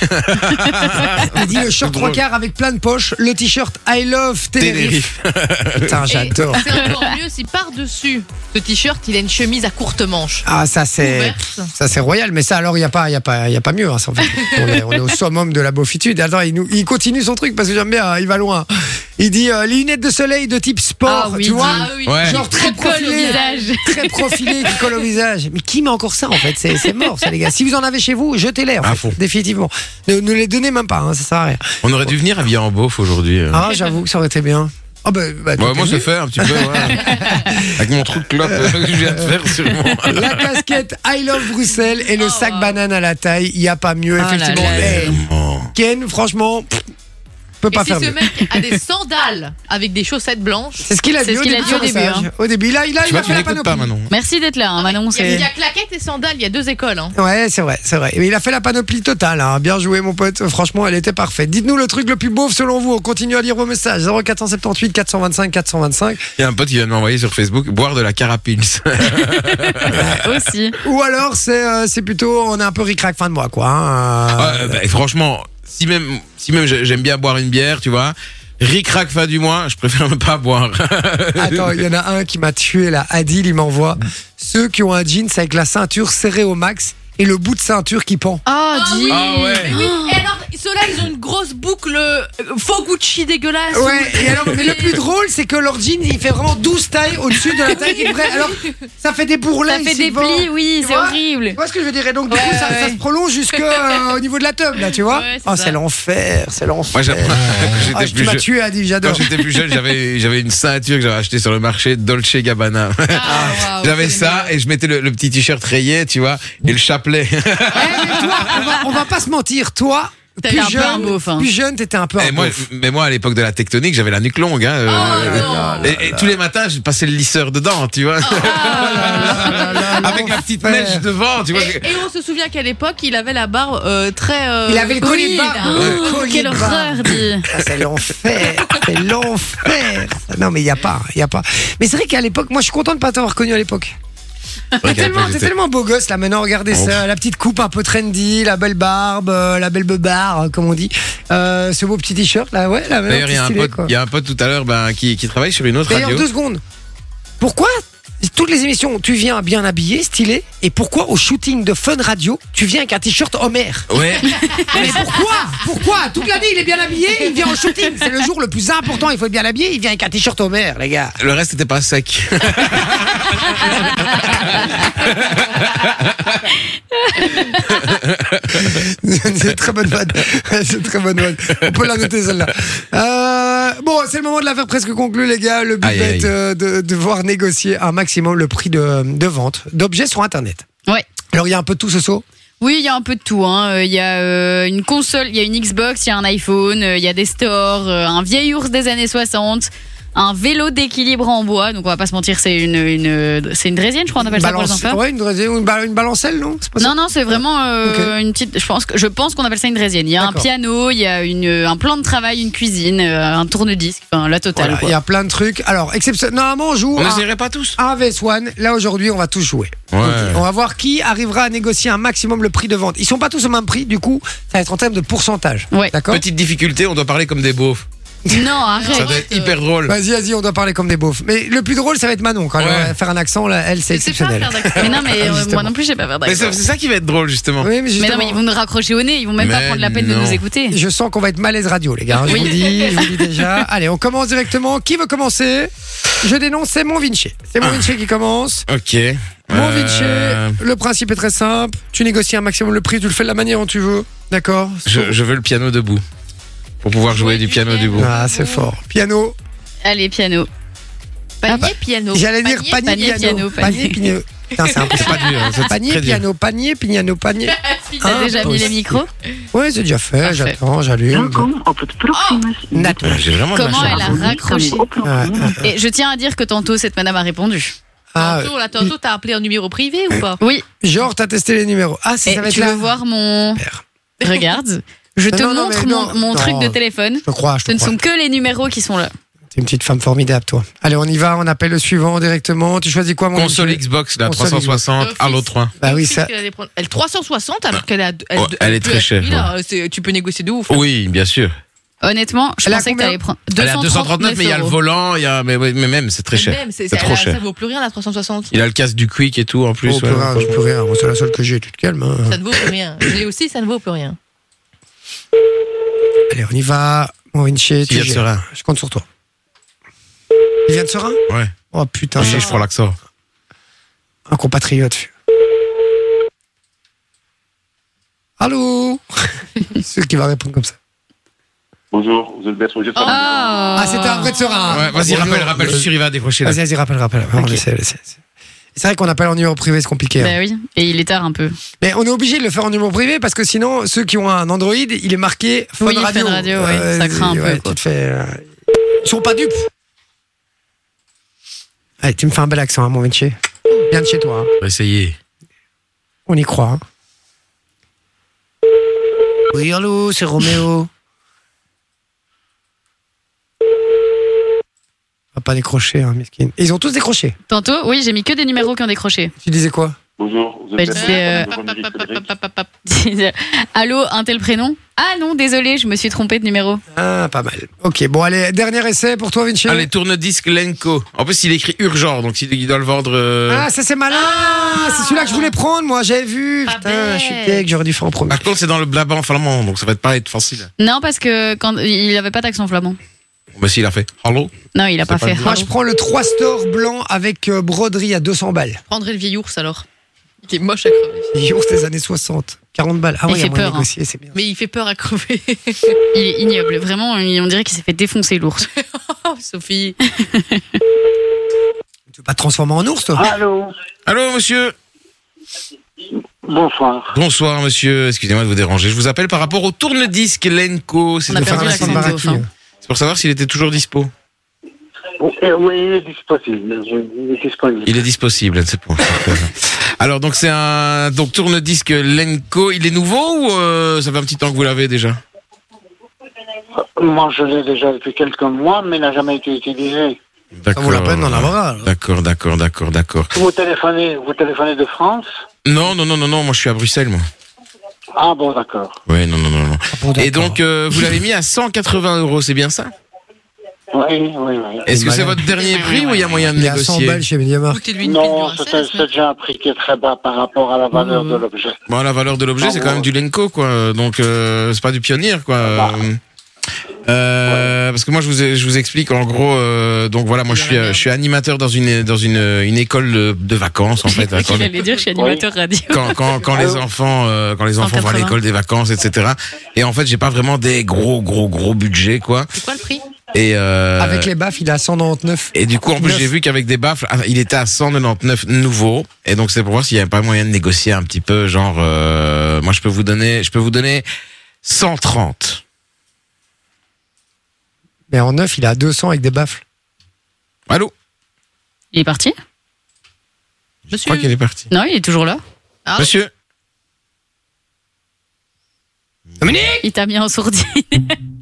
Speaker 1: Il dit le short trois quarts avec plein de poches, le t-shirt I love Tenerife.
Speaker 2: Tenerife.
Speaker 1: Putain, j'adore.
Speaker 4: Et C'est encore mieux si par-dessus ce t-shirt, il a une chemise à courte manche.
Speaker 1: Ah, ça c'est
Speaker 4: Ouverte.
Speaker 1: ça c'est royal, mais ça alors il y a pas il y a pas il y a pas mieux. hein, ça, en fait. on, est, on est au summum de la beaufitude. Attends, il, nous, il continue son truc parce que j'aime bien, hein, il va loin. Il dit euh, les lunettes de soleil de type sport,
Speaker 3: Ah oui,
Speaker 1: tu vois,
Speaker 3: dis.
Speaker 4: oui.
Speaker 2: Ouais.
Speaker 1: genre très
Speaker 3: Qui colle au
Speaker 1: profilé,
Speaker 3: visage.
Speaker 1: très profilé qui colle au visage. Mais qui met encore ça en fait C'est c'est mort ça les gars. Si vous en avez chez vous, jetez-les en
Speaker 2: À
Speaker 1: fait,
Speaker 2: fond.
Speaker 1: définitivement. Ne, ne les donnez même pas, hein, ça sert à rien.
Speaker 2: On aurait dû venir habillé en beauf aujourd'hui. euh.
Speaker 1: Ah, j'avoue que ça aurait été bien. Ah bah, bah,
Speaker 2: Ouais,
Speaker 1: t'es
Speaker 2: moi,
Speaker 1: venu.
Speaker 2: c'est fait un petit peu. ouais. Avec mon trou de clope euh, que je viens de faire, sûrement.
Speaker 1: La casquette I love Bruxelles et le
Speaker 3: Oh,
Speaker 1: sac
Speaker 3: wow.
Speaker 1: banane à la taille, il n'y a pas mieux,
Speaker 3: Oh là
Speaker 1: effectivement.
Speaker 3: là.
Speaker 1: Eh,
Speaker 2: Clairement.
Speaker 1: Ken, franchement, pff, peut
Speaker 4: Et
Speaker 1: pas
Speaker 4: si
Speaker 1: faire
Speaker 4: ce
Speaker 1: mieux.
Speaker 4: mec a des sandales avec des chaussettes blanches,
Speaker 1: C'est ce qu'il a
Speaker 3: C'est
Speaker 1: dit
Speaker 3: ce
Speaker 1: au
Speaker 3: qu'il a
Speaker 1: début.
Speaker 3: dit
Speaker 1: son
Speaker 3: au début,
Speaker 1: message.
Speaker 3: hein.
Speaker 1: Au début, il a, il a, Ah,
Speaker 2: Tu
Speaker 1: il a
Speaker 2: vois, tu
Speaker 1: fait la
Speaker 2: n'écoutes pas,
Speaker 1: panoplie.
Speaker 2: Manon.
Speaker 3: Merci d'être là, hein,
Speaker 2: Ah,
Speaker 3: Manon.
Speaker 4: il y, a-
Speaker 3: c'est-
Speaker 4: il y a claquettes et sandales, il y a deux écoles. hein.
Speaker 1: Ouais, c'est vrai, c'est vrai. Mais il a fait la panoplie totale. hein. Bien joué, mon pote. Franchement, elle était parfaite. Dites-nous le truc le plus beauf selon vous. On continue à lire vos messages. 0478 425 425.
Speaker 2: Il y a un pote qui vient de m'envoyer sur Facebook boire de la carapils.
Speaker 3: aussi.
Speaker 1: Ou alors, c'est euh, c'est plutôt, on est un peu ricrac fin de mois, quoi. hein.
Speaker 2: Ah, euh, bah, franchement, si même, si même j'ai- j'aime bien boire une bière, tu vois, ric-rac fin du mois, je préfère ne pas boire.
Speaker 1: Attends, il y en a un qui m'a tué là. Adil, il m'envoie ceux qui ont un jeans avec la ceinture serrée au max et le bout de ceinture qui pend.
Speaker 3: Oh, dis.
Speaker 2: Ah ouais.
Speaker 4: Oui, et alors, ceux-là, ils ont une grosse boucle euh, faux Gucci dégueulasse.
Speaker 1: Ouais, et alors, mais le plus drôle, c'est que leur jean, il fait vraiment 12 tailles au-dessus de la taille qui est vraie. Alors, ça fait des bourrelets.
Speaker 3: Ça fait
Speaker 1: ici
Speaker 3: des
Speaker 1: devant.
Speaker 3: plis, oui,
Speaker 1: Tu
Speaker 3: c'est
Speaker 1: vois
Speaker 3: horrible.
Speaker 1: Tu vois ce que je veux dire Et donc, du coup,
Speaker 4: Ouais,
Speaker 1: ça,
Speaker 4: ouais.
Speaker 1: ça se prolonge jusqu'au niveau de la teub, là, tu vois
Speaker 4: Ouais, c'est
Speaker 1: Oh,
Speaker 4: ça.
Speaker 1: c'est l'enfer, c'est l'enfer.
Speaker 2: Moi, j'ai- quand
Speaker 1: Ah,
Speaker 2: j'étais
Speaker 1: tu
Speaker 2: plus
Speaker 1: m'as
Speaker 2: jeune.
Speaker 1: tué, Adil,
Speaker 2: Quand
Speaker 1: j'adore.
Speaker 2: j'étais plus jeune, j'avais j'avais une ceinture que j'avais achetée sur le marché Dolce Gabbana.
Speaker 4: Ah, waouh,
Speaker 2: j'avais
Speaker 4: c'est
Speaker 2: ça et je mettais le, le petit t-shirt rayé, tu vois, et le chapelet.
Speaker 1: Eh, mais toi, on va, on va pas se mentir, toi.
Speaker 3: T'as
Speaker 1: Plus
Speaker 3: l'air un peu
Speaker 1: jeune,
Speaker 3: un beauf, hein.
Speaker 1: plus jeune, t'étais un peu un
Speaker 2: Et Eh, moi,
Speaker 1: beauf.
Speaker 2: mais moi, à l'époque de la tectonique, j'avais la nuque longue. Hein, euh,
Speaker 1: Ah,
Speaker 4: non.
Speaker 2: et, et tous les matins, je passais le lisseur dedans, tu vois,
Speaker 1: Ah,
Speaker 2: avec la petite
Speaker 1: l'enfer.
Speaker 2: mèche devant, tu vois. que-
Speaker 4: Et, et on se souvient qu'à l'époque, il avait la barbe euh, très. euh,
Speaker 1: Il avait le collier de
Speaker 4: oui,
Speaker 1: barbe.
Speaker 4: là.
Speaker 1: Le
Speaker 3: Oh,
Speaker 1: collier
Speaker 3: quelle
Speaker 1: de barbe.
Speaker 3: horreur, dis.
Speaker 1: Ah, c'est l'enfer, c'est l'enfer. Non mais il y a pas, il y a pas. Mais c'est vrai qu'à l'époque, moi je suis content de pas t'avoir connu à l'époque. T'es
Speaker 2: Regarde,
Speaker 1: tellement, t'es
Speaker 2: j'étais-
Speaker 1: tellement beau gosse là maintenant, regardez
Speaker 2: Oh.
Speaker 1: ça, la petite coupe un peu trendy, la belle barbe, euh, la belle beubare, euh, comme on dit, Euh, ce beau petit t-shirt là, ouais, là,
Speaker 2: D'ailleurs, il y, a un
Speaker 1: stylé,
Speaker 2: pote-
Speaker 1: quoi.
Speaker 2: il y a un pote tout à l'heure ben, qui, qui travaille sur une autre
Speaker 1: D'ailleurs
Speaker 2: radio.
Speaker 1: deux secondes. Pourquoi toutes les émissions, tu viens bien habillé, stylé, et pourquoi au shooting de Fun Radio, tu viens avec un t-shirt Homer
Speaker 2: Ouais,
Speaker 1: Mais pourquoi Pourquoi Toute l'année, il est bien habillé, il vient en shooting. C'est le jour le plus important, il faut être bien habillé, il vient avec un t-shirt Homer, les gars.
Speaker 2: le reste n'était pas sec.
Speaker 1: c'est une très bonne vanne. C'est une très bonne vanne. On peut la noter, celle-là. Euh, bon, c'est le moment de la faire presque conclue, les gars. Le but
Speaker 2: Aïe, aïe,
Speaker 1: est
Speaker 2: aïe.
Speaker 1: euh, de, de voir négocier un maximum le prix de, de vente d'objets sur Internet.
Speaker 3: Ouais.
Speaker 1: Alors, il y a un peu de tout ce saut.
Speaker 3: Oui, il y a un peu de tout. hein. Euh, Il y a euh, une console, il y a une Xbox, il y a un iPhone, euh, il y a des stores, euh, un vieil ours des années 60, un vélo d'équilibre en bois. Donc on va pas se mentir, c'est une, une, euh, c'est une draisienne, je crois, on appelle
Speaker 1: Balance-
Speaker 3: ça pour les enfants.
Speaker 1: ouais, une, drais- une, ba- une balancelle, non C'est pas ça
Speaker 3: Non, non, c'est vraiment euh, une petite. Je pense, que- je pense qu'on appelle ça une draisienne. Il y a un
Speaker 1: D'accord.
Speaker 3: piano, il y a une, un plan de travail, une cuisine, euh, un tourne-disque, enfin la totale.
Speaker 1: Voilà,
Speaker 3: quoi.
Speaker 1: il y a plein de trucs. Alors, exceptionnellement, normalement, on joue
Speaker 2: On
Speaker 1: à
Speaker 2: n'essayerait pas tous.
Speaker 1: un VS1. Là, aujourd'hui, on va tous jouer.
Speaker 2: Ouais.
Speaker 1: Ok, On va voir qui arrivera à négocier un maximum le prix de vente. Ils sont pas tous au même prix, du coup, ça va être en termes de pourcentage.
Speaker 3: Ouais.
Speaker 1: Ah, D'accord
Speaker 2: Petite difficulté, on doit parler comme des beaufs.
Speaker 3: Non, arrête.
Speaker 2: Ça doit être hyper drôle.
Speaker 1: Vas-y, vas-y, on doit parler comme des beaufs. Mais le plus drôle, ça va être Manon quand elle
Speaker 2: Ouais.
Speaker 1: va faire un accent. Là, elle, c'est
Speaker 4: Je sais pas
Speaker 1: exceptionnel.
Speaker 4: faire d'accent.
Speaker 3: Mais non, mais euh,
Speaker 1: Justement.
Speaker 3: moi non plus, j'ai pas peur
Speaker 2: Mais c'est c'est ça qui va être drôle, justement.
Speaker 1: Oui, mais
Speaker 3: Mais
Speaker 1: justement,
Speaker 3: non, mais ils vont nous raccrocher au nez, ils vont même pas
Speaker 2: Mais
Speaker 3: prendre la peine
Speaker 2: non.
Speaker 3: de nous écouter.
Speaker 1: je sens qu'on va être malaise radio, les gars. hein, Je vous le dis, je vous le dis déjà. Allez, on commence directement. Qui veut commencer Je dénonce, c'est mon Vinci. C'est mon Vinci qui commence.
Speaker 2: Ok.
Speaker 1: Mon
Speaker 2: Ah. Euh,
Speaker 1: Vinci, le principe est très simple. Tu négocies un maximum le prix, tu le fais de la manière dont tu veux. D'accord
Speaker 2: Je, je veux le piano debout. pour pouvoir jouer du piano du bout.
Speaker 1: Ah, c'est fort. Piano.
Speaker 3: Allez, piano.
Speaker 4: Panier, piano.
Speaker 1: Ah, bah, J'allais dire panier,
Speaker 3: panier,
Speaker 1: piano.
Speaker 3: piano,
Speaker 1: Panier,
Speaker 3: panier.
Speaker 1: piano. Putain, c'est
Speaker 2: C'est
Speaker 1: impossible.
Speaker 2: pas dur, hein, c'est
Speaker 1: Panier,
Speaker 2: très dur.
Speaker 1: piano, panier, piano, panier.
Speaker 3: T'as
Speaker 1: Ah,
Speaker 3: déjà mis les
Speaker 1: Impossible.
Speaker 3: micros
Speaker 1: Ouais, j'ai déjà fait.
Speaker 3: Parfait.
Speaker 1: J'attends, j'allume. Ah,
Speaker 4: Oh,
Speaker 1: Nat.
Speaker 2: Ouais, J'ai vraiment de la
Speaker 3: Comment
Speaker 2: chance.
Speaker 3: elle a raccroché
Speaker 1: Ah, ah,
Speaker 3: Et je tiens à dire que tantôt, cette madame a répondu.
Speaker 1: ah,
Speaker 4: tantôt, là, tantôt, t'as appelé un numéro privé ou pas
Speaker 3: Oui,
Speaker 1: Genre, t'as testé les numéros. Ah, si
Speaker 3: et
Speaker 1: ça va être
Speaker 3: Eh, tu veux
Speaker 1: là.
Speaker 3: voir mon...
Speaker 1: Père.
Speaker 3: Regarde, je te
Speaker 1: Non, non,
Speaker 3: montre
Speaker 1: mais
Speaker 3: mon,
Speaker 1: non.
Speaker 3: mon
Speaker 1: Non.
Speaker 3: truc de téléphone.
Speaker 1: Je te crois, je
Speaker 3: Ce
Speaker 1: te
Speaker 3: ne
Speaker 1: crois.
Speaker 3: sont que les numéros qui sont là.
Speaker 1: T'es une petite femme formidable, toi. Allez, on y va. On appelle le suivant directement. Tu choisis quoi, mon Oh,
Speaker 2: Console
Speaker 1: monsieur
Speaker 2: Xbox, la
Speaker 1: Console
Speaker 2: 360, Halo 3.
Speaker 1: Bah oui,
Speaker 4: Qu'est-ce
Speaker 1: ça.
Speaker 4: qu'elle allait prendre Elle 360 alors qu'elle a.
Speaker 2: Ouais, Oh, elle est très chère,
Speaker 4: oui, là, c'est- Tu peux négocier de ouf.
Speaker 2: Oui, bien sûr.
Speaker 3: Honnêtement, je
Speaker 1: Elle a
Speaker 3: pensais que
Speaker 1: combien
Speaker 3: t'allais prendre
Speaker 2: Elle a 239, mais il y a le
Speaker 3: euros.
Speaker 2: volant, il y a, mais, ouais, mais même, c'est très
Speaker 4: Mais
Speaker 2: cher.
Speaker 4: Même,
Speaker 2: C'est trop
Speaker 4: elle a-
Speaker 2: cher.
Speaker 4: Ça vaut plus rien la 360.
Speaker 2: Il a le casque du Quick et tout en plus.
Speaker 1: Oh, plus
Speaker 2: ouais.
Speaker 1: rien, je peux rien. Moi, C'est la seule que j'ai. Tu te calmes. hein.
Speaker 4: Ça ne vaut plus rien. Je l'ai aussi, ça ne vaut plus rien.
Speaker 1: Allez, on y va. Mon Vinci, tu
Speaker 2: vient de
Speaker 1: gères.
Speaker 2: Serein.
Speaker 1: Je compte sur toi. Il vient de Serein
Speaker 2: Ouais.
Speaker 1: Oh putain,
Speaker 2: Je
Speaker 1: c'est
Speaker 2: je prends l'accent.
Speaker 1: un compatriote. Allô Ceux qui va répondre comme ça.
Speaker 6: Bonjour, vous êtes bien sur le
Speaker 3: Oh.
Speaker 1: Ah, c'était un vrai de Serein.
Speaker 2: Ouais, vas-y,
Speaker 1: Bonjour.
Speaker 2: rappelle, rappelle. Je suis arrivé à décrocher là.
Speaker 1: Vas-y, vas-y, rappelle, rappelle. On
Speaker 3: hein. Ok.
Speaker 1: laisse, laisse, laisse. C'est vrai qu'on appelle en numéro privé, c'est compliqué. hein.
Speaker 3: Bah oui, et il est tard un peu.
Speaker 1: Mais on est obligé de le faire en numéro privé parce que sinon, ceux qui ont un Android, il est marqué Fun
Speaker 3: Oui, Fun
Speaker 1: Radio.
Speaker 3: Radio, ouais, ça craint un peu,
Speaker 1: ouais,
Speaker 3: quoi.
Speaker 1: Tu te fais, euh, Ils sont pas dupes. Allez, tu me fais un bel accent, hein, mon Vinci. Bien de chez toi. hein.
Speaker 2: On va essayer.
Speaker 1: On y croit. hein. Oui, allô, c'est Roméo. On va pas décrocher, hein, miskin. Et Ils ont tous décroché.
Speaker 3: Tantôt, oui, j'ai mis que des numéros qui ont décroché.
Speaker 1: Tu disais quoi
Speaker 6: Bonjour, vous
Speaker 3: Bah,
Speaker 6: êtes
Speaker 3: je
Speaker 4: Hein
Speaker 3: disais, euh,
Speaker 6: bien sur le téléphone de Jean-Marie Frédéric.
Speaker 3: Allô, un tel prénom Ah non, désolé, je me suis trompée de numéro.
Speaker 1: Ah, pas mal. Ok, bon, allez, dernier essai pour toi, Vinci.
Speaker 2: Allez, tourne-disque Lenko. En plus, il écrit urgent, donc il il doit le vendre. euh,
Speaker 1: Ah, ça c'est malin
Speaker 3: Ah.
Speaker 1: C'est celui-là que je voulais prendre, moi, j'avais vu.
Speaker 4: Pas
Speaker 1: Putain,
Speaker 4: bête.
Speaker 1: je suis deg, j'aurais dû faire en premier.
Speaker 2: Par
Speaker 3: Ah,
Speaker 2: contre, c'est dans le blabla en flamand, donc ça va être pas être facile.
Speaker 3: Non, parce que quand il avait pas d'accent flamand.
Speaker 2: Bah, si, il a fait. Hello.
Speaker 3: Non, il a
Speaker 2: C'est
Speaker 3: pas,
Speaker 2: pas
Speaker 3: fait.
Speaker 2: bien.
Speaker 1: Moi, je prends le 3 store blanc avec euh, broderie à 200 balles.
Speaker 4: Je prendrais le vieil ours alors. Il est moche à crever.
Speaker 1: Ils ont des années 60. 40 balles. Ah
Speaker 3: Il
Speaker 1: oui,
Speaker 3: fait
Speaker 1: à moins de
Speaker 3: peur, hein.
Speaker 1: négocier, c'est bien.
Speaker 4: Mais il fait peur à crever.
Speaker 3: Il est ignoble, vraiment. il- On dirait qu'il s'est fait défoncer l'ours.
Speaker 4: Oh, Sophie.
Speaker 1: Tu veux pas te transformer en ours, toi
Speaker 3: Ah,
Speaker 6: Allô,
Speaker 2: Allô, monsieur.
Speaker 6: bonsoir.
Speaker 2: Bonsoir, monsieur. Excusez-moi de vous déranger. Je vous appelle par rapport au tourne-disque Lenko. C'est
Speaker 3: On a
Speaker 2: pour
Speaker 1: Faut faire un
Speaker 2: savoir-
Speaker 3: perdu
Speaker 1: accent de
Speaker 3: l'accent de
Speaker 1: Baraki,
Speaker 3: dauphin.
Speaker 1: hein.
Speaker 2: c'est pour savoir s'il était toujours dispo.
Speaker 6: Oh, eh oui, disponible, je- disponible.
Speaker 2: Il est dispossible, c'est pour. Alors, donc, c'est un donc tourne-disque Lenko. Il est nouveau ou euh, ça fait un petit temps que vous l'avez déjà
Speaker 6: Moi, je l'ai déjà depuis quelques mois, mais n'a jamais été utilisé.
Speaker 1: Ça
Speaker 2: D'accord.
Speaker 1: vaut la peine d'en avoir un. hein.
Speaker 2: D'accord, d'accord, d'accord, d'accord.
Speaker 6: Vous téléphonez, vous téléphonez de France
Speaker 2: Non, non, non, non, non, moi je suis à Bruxelles, moi.
Speaker 6: Ah bon, d'accord.
Speaker 2: Ouais, non, non, non, non.
Speaker 1: Ah, Bon, d'accord.
Speaker 2: Et donc, euh, vous l'avez mis à 180 euros, c'est bien ça
Speaker 6: Oui, oui, oui.
Speaker 2: Est-ce que c'est
Speaker 1: malin.
Speaker 2: votre dernier prix ou il y a moyen de
Speaker 1: Il est à 100
Speaker 2: négocier
Speaker 1: balles chez Mediamar.
Speaker 4: Écoutez-lui une
Speaker 6: Non,
Speaker 4: piste de
Speaker 6: c'est
Speaker 4: princesse,
Speaker 6: c'est déjà un prix qui est très bas par rapport à la
Speaker 1: Mmh.
Speaker 6: valeur de l'objet.
Speaker 2: Bon, la valeur de l'objet,
Speaker 6: Ah,
Speaker 2: c'est
Speaker 6: bon.
Speaker 2: quand même du Lenko, quoi. Donc, euh, c'est pas du pionnier, quoi. Euh, euh, parce que moi, je vous, ai- je vous explique, en gros, euh, donc voilà, moi, je suis, euh, je suis animateur dans une, dans une, euh, une école de, de vacances, en fait. hein, quand-
Speaker 3: Il allait dire, je suis animateur radio.
Speaker 2: quand, quand, quand les
Speaker 6: Allô
Speaker 2: enfants euh, quand les enfants vont à
Speaker 4: 180.
Speaker 2: l'école des vacances etc et en fait j'ai pas vraiment des gros gros gros budgets quoi
Speaker 4: C'est quoi le prix
Speaker 2: et euh,
Speaker 1: Avec les baffes, il est à 199.
Speaker 2: et du coup en plus
Speaker 1: Neuf.
Speaker 2: j'ai vu qu'avec des baffles ah, il était à 199 nouveaux et donc c'est pour voir s'il y avait pas moyen de négocier un petit peu genre euh, moi je peux vous donner je peux vous donner 130
Speaker 1: Mais en neuf, il est à 200 avec des baffles.
Speaker 2: allô
Speaker 3: Il est parti
Speaker 2: je crois
Speaker 4: Monsieur.
Speaker 2: qu'elle est partie
Speaker 3: Non, il est toujours là.
Speaker 4: Ah.
Speaker 2: monsieur Dominique
Speaker 3: Il t'a mis en sourdine.
Speaker 2: ouais,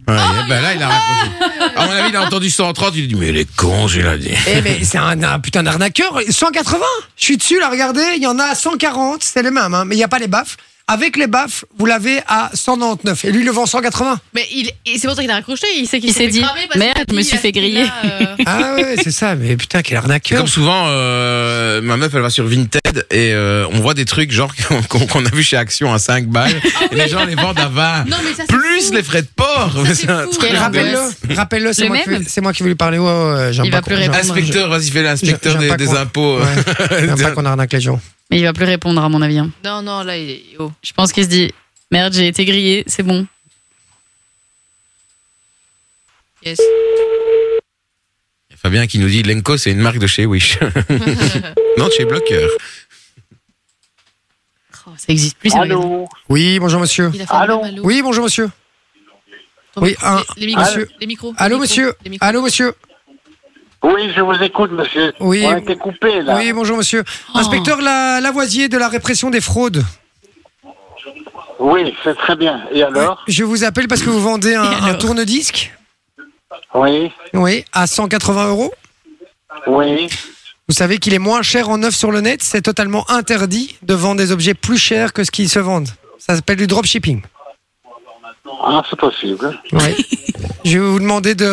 Speaker 4: Ah,
Speaker 2: ben là il a raccroché à mon avis il a entendu 130 il a dit mais les cons j'ai la dit
Speaker 1: Eh, mais c'est un, un putain d'arnaqueur. 180 Je suis dessus, là, regardez. Il y en a à 140, c'est les mêmes, hein, mais il n'y a pas les baffles. Avec les baffles, vous l'avez à 199. Et lui, il le vend 180.
Speaker 4: Mais il, et c'est pour ça qu'il a raccroché. Il sait qu'il
Speaker 3: Il s'est
Speaker 4: fait
Speaker 3: dit,
Speaker 4: cramer parce
Speaker 3: merde,
Speaker 4: qu'il a
Speaker 3: je me
Speaker 4: dit,
Speaker 3: suis
Speaker 4: à
Speaker 3: fait
Speaker 4: ce
Speaker 3: griller.
Speaker 4: prix-là, euh,
Speaker 1: Ah ouais, c'est ça, mais putain, quel
Speaker 2: C'est
Speaker 1: arnaqueur.
Speaker 2: comme souvent, euh, ma meuf, elle va sur Vinted et euh, on voit des trucs genre qu'on qu'on a vu chez Action à 5 balles et les gens les vendent à 20.
Speaker 4: Non, mais ça, c'est
Speaker 2: Plus
Speaker 4: fou.
Speaker 2: les frais de port.
Speaker 4: Ça, c'est
Speaker 2: C'est un
Speaker 4: fou.
Speaker 2: truc
Speaker 3: Quel
Speaker 2: de-
Speaker 3: rappel.
Speaker 1: Rappelle-le, rappelle-le, c'est
Speaker 3: Le
Speaker 1: moi, qui
Speaker 3: même
Speaker 1: vais- c'est moi qui vais lui parler. Ouais, ouais, ouais, j'aime
Speaker 3: Il
Speaker 1: pas
Speaker 3: va
Speaker 1: qu'on-
Speaker 3: plus
Speaker 1: j'aime-
Speaker 3: répondre.
Speaker 2: Inspecteur, vas-y, fais l'inspecteur
Speaker 1: Ah, J'aime
Speaker 2: des,
Speaker 1: pas
Speaker 2: des
Speaker 1: qu'on-
Speaker 2: impôts.
Speaker 1: Ouais, j'aime pas qu'on arnaque les gens.
Speaker 3: Mais il va plus répondre, à mon avis. hein.
Speaker 4: Non, non, là, il est. oh.
Speaker 3: Je pense qu'il se dit, merde, j'ai été grillé, c'est bon.
Speaker 4: Yes.
Speaker 2: Fabien qui nous dit Lenko, c'est une marque de chez Wish. non, de chez Blocker.
Speaker 4: Oh, ça existe plus. ça m'énerve.
Speaker 6: Allô
Speaker 1: Oui, bonjour monsieur.
Speaker 4: Il a fait un
Speaker 6: Allô
Speaker 4: mal au-
Speaker 1: Oui, bonjour monsieur.
Speaker 4: Ton
Speaker 1: oui,
Speaker 4: micro-
Speaker 1: un-
Speaker 4: les, les micros,
Speaker 1: monsieur.
Speaker 4: les micros.
Speaker 1: Allô
Speaker 4: les micros,
Speaker 1: monsieur.
Speaker 4: les micros.
Speaker 1: Allô monsieur.
Speaker 6: Oui, je vous écoute, monsieur.
Speaker 1: Oui.
Speaker 6: On a été coupé, là.
Speaker 1: Oui, bonjour monsieur.
Speaker 4: Oh.
Speaker 1: Inspecteur La- Lavoisier de la répression des fraudes.
Speaker 6: Oui, c'est très bien. Et alors
Speaker 1: Je vous appelle parce que vous vendez un,
Speaker 4: Et alors
Speaker 1: un tourne-disque.
Speaker 6: Oui,
Speaker 1: Oui, à 180 euros.
Speaker 6: oui.
Speaker 1: Vous savez qu'il est moins cher en neuf sur le net. C'est totalement interdit de vendre des objets plus chers que ce qu'ils se vendent. Ça s'appelle du dropshipping.
Speaker 6: Ah, c'est possible.
Speaker 1: Oui. je vais vous demander de,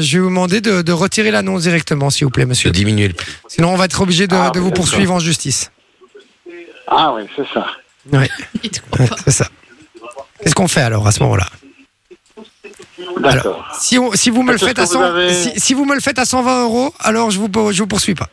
Speaker 1: je vais vous demander de, de retirer l'annonce directement, s'il vous plaît,
Speaker 2: De
Speaker 1: monsieur.
Speaker 2: diminuer le prix.
Speaker 1: Sinon, on va être obligé de,
Speaker 6: Ah,
Speaker 1: de
Speaker 6: oui,
Speaker 1: vous
Speaker 6: d'accord.
Speaker 1: poursuivre en justice.
Speaker 6: Ah oui, c'est ça.
Speaker 1: Oui,
Speaker 4: Il te croit pas.
Speaker 1: c'est ça. Qu'est-ce qu'on fait alors à ce moment-là
Speaker 6: D'accord.
Speaker 1: Si, on- si vous me le
Speaker 6: Est-ce
Speaker 1: faites
Speaker 6: que
Speaker 1: à
Speaker 6: vous
Speaker 1: 100,
Speaker 6: avez-
Speaker 1: si, si vous me le faites à 120 euros, alors je vous pour- je vous poursuis pas.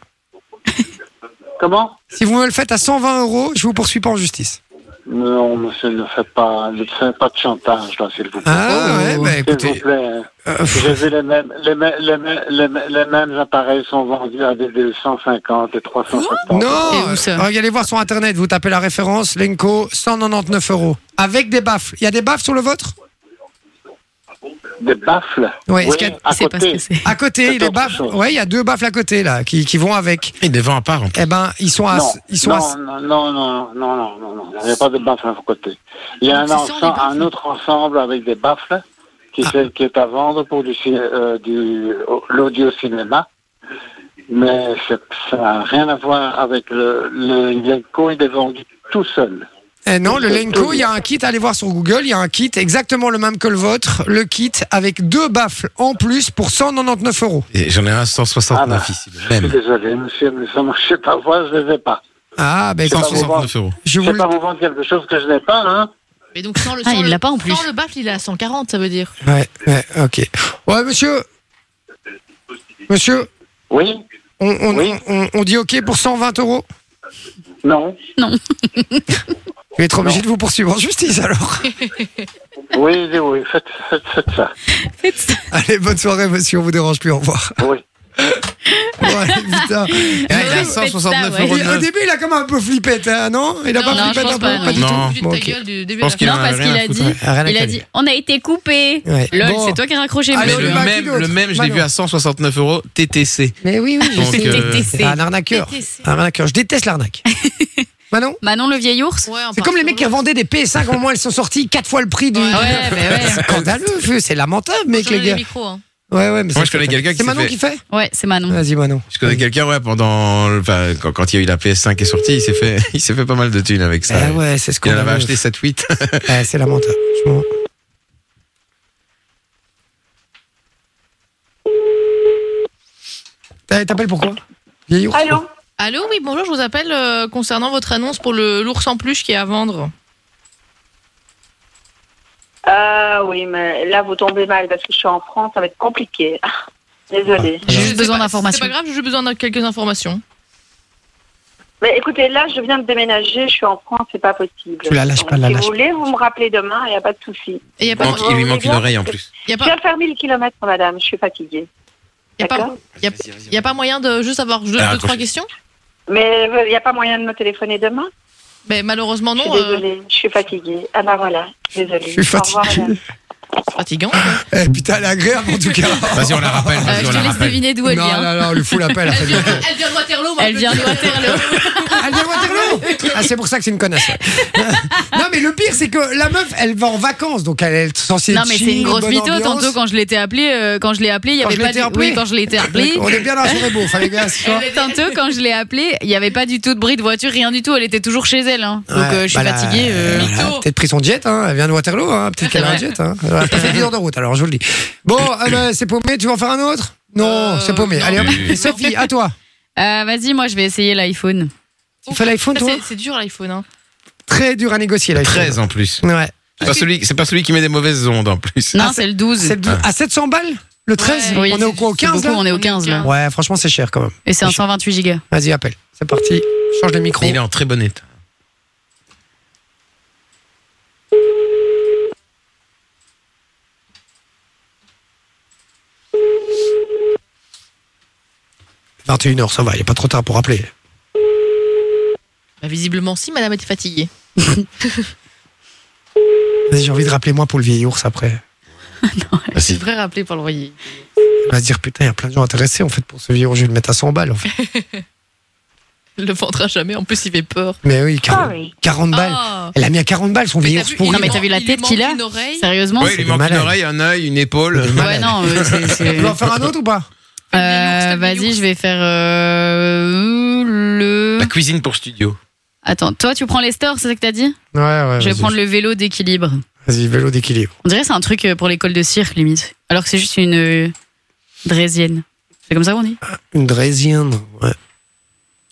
Speaker 6: Comment
Speaker 1: Si vous me le faites à 120 euros, je vous poursuis pas en justice.
Speaker 6: Non, monsieur, ne faites pas, ne faites pas de chantage, là, s'il vous plaît.
Speaker 1: Ah ouais, bah
Speaker 6: S'il vous
Speaker 1: écoutez,
Speaker 6: plaît,
Speaker 1: euh,
Speaker 6: j'ai vu les mêmes, les, mêmes, les, mêmes, les mêmes- les mêmes appareils sont vendus à des 250 et 350.
Speaker 1: non.
Speaker 4: Et où ça
Speaker 1: euh, Allez voir sur internet, vous tapez la référence Lenko 199 euros avec des baffles. Il y a des baffles sur le vôtre
Speaker 6: Des baffles.
Speaker 1: Ouais, est-ce qu'il y a-
Speaker 6: à
Speaker 4: C'est pas ce
Speaker 6: côté.
Speaker 4: que c'est.
Speaker 1: À côté,
Speaker 6: C'est
Speaker 1: les
Speaker 6: autre
Speaker 1: baffles.
Speaker 6: chose.
Speaker 1: Ouais, il y a deux baffles à côté là qui, qui vont avec.
Speaker 2: Il y a des vents à part. en plus.
Speaker 1: Eh ben, ils sont à,
Speaker 6: Non,
Speaker 1: ils sont à-
Speaker 6: non, non, non, non, non, non, non, non, il n'y a pas de baffle à côté. Il y a un,
Speaker 4: Donc, ce sont des
Speaker 6: ensemble, un
Speaker 4: baffles.
Speaker 6: autre ensemble avec des baffles qui, fait- qui est à vendre pour du, cin- euh, du l'audio cinéma, mais c'est- ça n'a rien à voir avec le le Yenko, il est vendu tout seul.
Speaker 1: Eh non,
Speaker 6: Euh,
Speaker 1: le Lenko, il y a un kit, allez voir sur Google, il y a un kit exactement le même que le vôtre, le kit avec deux baffles en plus pour 199 euros.
Speaker 2: Et J'en ai un
Speaker 6: Ah
Speaker 2: 169
Speaker 6: bah.
Speaker 2: ici, le
Speaker 6: Je
Speaker 2: même.
Speaker 6: suis désolé, monsieur, mais ça ne marchait pas. Moi, je ne les ai pas.
Speaker 1: Ah, ben, écoute,
Speaker 2: 169 euros.
Speaker 1: je
Speaker 6: Je ne
Speaker 1: vous
Speaker 6: vais pas vous vendre quelque chose que je n'ai pas, hein.
Speaker 4: Mais donc sans le,
Speaker 3: Ah,
Speaker 4: sans
Speaker 3: il
Speaker 4: le-
Speaker 3: l'a pas en plus.
Speaker 4: Sans le baffle, il est à 140, ça veut dire.
Speaker 1: Ouais, ouais, ok. Ouais, monsieur. Monsieur,
Speaker 6: Oui
Speaker 1: on, on,
Speaker 6: Oui.
Speaker 1: on, on dit ok pour 120 euros.
Speaker 6: Non
Speaker 1: Je vais être obligé de vous poursuivre en justice alors.
Speaker 6: Oui, oui, oui, faites, faites, faites ça.
Speaker 1: Allez, bonne soirée, monsieur, on vous dérange plus, au revoir.
Speaker 6: Oui.
Speaker 1: Ouais, putain. Eh,
Speaker 2: Ah, il a
Speaker 3: Ouais,
Speaker 2: 169
Speaker 3: ouais.
Speaker 2: euros.
Speaker 1: il-
Speaker 2: de
Speaker 1: au
Speaker 2: neuf.
Speaker 1: début, il a comme un peu flippé, hein, non Il a pas
Speaker 4: Non,
Speaker 3: non,
Speaker 1: flippé
Speaker 3: je
Speaker 1: un
Speaker 3: pense
Speaker 1: peu,
Speaker 3: pas,
Speaker 1: pas du
Speaker 2: non.
Speaker 1: tout.
Speaker 2: Non.
Speaker 4: Vu de
Speaker 1: Bon,
Speaker 4: ta
Speaker 1: ok.
Speaker 4: gueule du début
Speaker 2: Je pense
Speaker 4: à
Speaker 2: qu'il
Speaker 4: la fin.
Speaker 3: Non,
Speaker 2: en a
Speaker 3: parce
Speaker 2: rien
Speaker 3: qu'il
Speaker 2: à
Speaker 3: a
Speaker 2: foutre.
Speaker 3: dit,
Speaker 1: Ouais, rien à
Speaker 3: il a
Speaker 1: caler.
Speaker 3: dit, on a été coupé.
Speaker 1: Ouais.
Speaker 3: Lol,
Speaker 1: Bon.
Speaker 3: c'est toi qui as raccroché.
Speaker 1: Allez, on y
Speaker 2: Mais
Speaker 3: Manon.
Speaker 2: le
Speaker 1: va, qui
Speaker 2: même,
Speaker 1: d'autre
Speaker 2: le même, je l'ai
Speaker 1: Manon.
Speaker 2: vu à 169 euros TTC.
Speaker 1: Mais oui, oui,
Speaker 2: Donc,
Speaker 1: je
Speaker 2: euh,
Speaker 1: sais. C'est un arnaqueur.
Speaker 4: TTC.
Speaker 1: Un arnaqueur. Je déteste l'arnaque. Manon
Speaker 3: Manon le vieil ours.
Speaker 4: Ouais, on
Speaker 1: c'est
Speaker 4: part
Speaker 1: comme les
Speaker 4: sur
Speaker 1: mecs qui
Speaker 4: le-
Speaker 1: revendaient des PS5 au moins elles sont sorties quatre fois le prix du.
Speaker 4: Ouais, ouais, mais ouais.
Speaker 1: C'est scandaleux, c'est lamentable, mec,
Speaker 4: Change
Speaker 1: les
Speaker 4: les
Speaker 1: gars.
Speaker 4: micros, hein.
Speaker 1: Ouais, ouais, mais
Speaker 2: Moi,
Speaker 1: c'est
Speaker 2: je connais quelqu'un qui
Speaker 1: C'est
Speaker 2: s'est
Speaker 1: Manon
Speaker 2: fait-
Speaker 1: qui fait
Speaker 3: Ouais, c'est Manon.
Speaker 1: Vas-y, Manon.
Speaker 2: Je connais quelqu'un, ouais, pendant, le- enfin, quand, quand il y a eu la PS5 qui est sortie, il s'est fait, il s'est fait pas mal de thunes avec ça.
Speaker 1: Eh ouais, c'est ce qu'on Ah,
Speaker 2: Il en avait acheté 7-8.
Speaker 1: c'est lamentable. Je m'en- Eh, T'appelles pourquoi Vieil ours,
Speaker 10: Allô
Speaker 4: Allô, oui, bonjour, je vous appelle euh, concernant votre annonce pour le l'ours en peluche qui est à vendre.
Speaker 10: Ah oui, mais là, vous tombez mal parce que je suis en France, ça va être compliqué. Ah, Désolée.
Speaker 1: J'ai
Speaker 4: Je
Speaker 1: juste
Speaker 4: sais
Speaker 3: besoin
Speaker 4: pas,
Speaker 3: d'informations.
Speaker 4: C'est pas grave, j'ai juste besoin de quelques informations.
Speaker 10: Mais écoutez, là, je viens de déménager, je suis en France, c'est pas possible.
Speaker 1: Tu la lâches pas,
Speaker 10: Donc,
Speaker 1: la
Speaker 10: si
Speaker 1: lâche
Speaker 10: vous voulez, vous me rappelez demain, il n'y a pas de souci.
Speaker 4: Et il y a
Speaker 2: Il
Speaker 4: pas,
Speaker 2: manque- il lui manque une oreille en plus.
Speaker 4: y a
Speaker 10: Je
Speaker 4: pas,
Speaker 10: viens de faire 1000 km, madame, je suis fatiguée.
Speaker 4: y a pas-
Speaker 10: D'accord
Speaker 4: y a- y a pas moyen de juste avoir deux,
Speaker 2: Ah,
Speaker 4: deux, trois
Speaker 2: accroche.
Speaker 4: questions
Speaker 10: Mais il n'y a pas moyen de me téléphoner demain
Speaker 4: Mais malheureusement,
Speaker 10: Je suis
Speaker 4: non. euh,
Speaker 10: désolée, je suis fatiguée. Ah bah voilà, désolée.
Speaker 1: hein. Je suis
Speaker 10: Au revoir,
Speaker 1: fatiguée.
Speaker 10: madame.
Speaker 4: c'est fatigant.
Speaker 1: Eh, putain, elle est agréable en tout cas.
Speaker 2: Vas-y, on la rappelle,
Speaker 3: Euh,
Speaker 2: vas-y,
Speaker 3: je
Speaker 2: on
Speaker 3: te
Speaker 2: la
Speaker 3: laisse
Speaker 2: rappelle.
Speaker 3: deviner d'où elle
Speaker 1: non,
Speaker 3: vient.
Speaker 1: non, non, le fou l'appelle. Elle, fait bien.
Speaker 4: Elle vient de Waterloo,
Speaker 3: Elle vient de Waterloo.
Speaker 1: elle vient de Waterloo Ah, c'est pour ça que c'est une connasse. ouais. non, mais le pire, c'est que la meuf, elle va en vacances, donc elle est censée
Speaker 3: Non mais
Speaker 1: être
Speaker 3: c'est
Speaker 1: chill,
Speaker 3: une grosse
Speaker 1: bonne
Speaker 3: mytho.
Speaker 1: ambiance.
Speaker 3: Tantôt quand je l'étais appelée, euh, quand je l'ai appelée, il y
Speaker 1: Quand
Speaker 3: avait
Speaker 1: je
Speaker 3: pas.
Speaker 1: l'étais
Speaker 3: du-
Speaker 1: appelée
Speaker 3: Oui, quand je l'ai été appelée.
Speaker 1: On est bien dans la soirée beau, fallait bien ce soir.
Speaker 3: Tantôt quand je l'ai appelée, il y avait pas du tout de bruit de voiture, rien du tout. Elle était toujours chez elle. hein. Donc
Speaker 1: Ouais,
Speaker 3: euh, je suis
Speaker 1: bah, la-
Speaker 3: fatiguée. euh,
Speaker 1: elle a peut-être pris son jet, hein. elle vient de Waterloo, hein. peut-être qu'elle a un
Speaker 3: vrai.
Speaker 1: jet. Hein. Elle a fait 10 heures de route, alors je vous le dis. Bon, ah ben, c'est paumé, tu vas en faire un autre Non,
Speaker 4: Euh,
Speaker 1: c'est paumé.
Speaker 4: non.
Speaker 1: Allez, hop.
Speaker 2: Oui.
Speaker 1: Sophie, à toi.
Speaker 3: Euh, Vas-y, moi je vais essayer l'iPhone.
Speaker 1: Tu fais l'iPhone,
Speaker 4: Ça,
Speaker 1: toi
Speaker 4: c'est- C'est dur l'iPhone. Hein.
Speaker 1: Très dur à négocier, l'iPhone.
Speaker 2: 13 en plus.
Speaker 1: Ouais.
Speaker 2: C'est pas celui, c'est pas celui qui met des mauvaises ondes en plus.
Speaker 3: Non,
Speaker 1: Ah,
Speaker 3: c'est le 12.
Speaker 1: C'est le douze- À 700 balles Le 13
Speaker 4: Ouais,
Speaker 1: On est au quoi Au
Speaker 3: C'est
Speaker 1: 15
Speaker 3: beaucoup,
Speaker 1: là
Speaker 3: on est au 15 là.
Speaker 1: Ouais, franchement, c'est cher quand même.
Speaker 3: Et c'est un 128 gigas.
Speaker 1: Vas-y, appelle. C'est parti. Change de micro.
Speaker 2: Mais Il est en très bon état.
Speaker 1: 21h, ça va, il n'y a pas trop tard pour rappeler.
Speaker 4: Bah, visiblement, si, madame était fatiguée.
Speaker 1: Vas-y, J'ai envie de rappeler moi pour le vieil ours après.
Speaker 4: Je devrais rappeler pour le voyer.
Speaker 1: On va se dire, putain, il y a plein de gens intéressés en fait pour ce vieil ours, je vais le mettre à 100 balles en fait.
Speaker 4: Il le vendra jamais, en plus, il fait peur.
Speaker 1: Mais oui, 40, 40 balles.
Speaker 4: Ah.
Speaker 1: Elle a mis à 40 balles son vieil
Speaker 4: t'as
Speaker 1: ours
Speaker 4: vu,
Speaker 1: pourri.
Speaker 4: il
Speaker 3: Non, Oh. mais t'as vu la
Speaker 4: Il
Speaker 3: tête
Speaker 4: manque
Speaker 3: qu'il a
Speaker 4: une oreille.
Speaker 3: Sérieusement
Speaker 2: Ouais, il
Speaker 1: c'est
Speaker 2: lui manque
Speaker 1: malade.
Speaker 2: une oreille, un œil, une épaule.
Speaker 1: Le
Speaker 3: Ouais,
Speaker 1: malade.
Speaker 3: non, euh, c'est-
Speaker 1: Tu
Speaker 3: c'est.
Speaker 1: veux en faire un autre ou pas
Speaker 3: Euh,
Speaker 4: Faites le
Speaker 3: Vas-y,
Speaker 4: yours.
Speaker 3: je vais faire euh, le.
Speaker 2: La cuisine pour studio.
Speaker 3: Attends, toi, tu prends les stores, c'est ça que t'as dit
Speaker 1: Ouais, ouais.
Speaker 3: Je vais
Speaker 1: vas-y.
Speaker 3: prendre le vélo d'équilibre.
Speaker 1: Vas-y, vélo d'équilibre.
Speaker 3: On dirait que c'est un truc euh, pour l'école de cirque, limite. Alors que c'est juste une euh, draisienne. C'est comme ça qu'on dit
Speaker 1: Une draisienne. Ouais.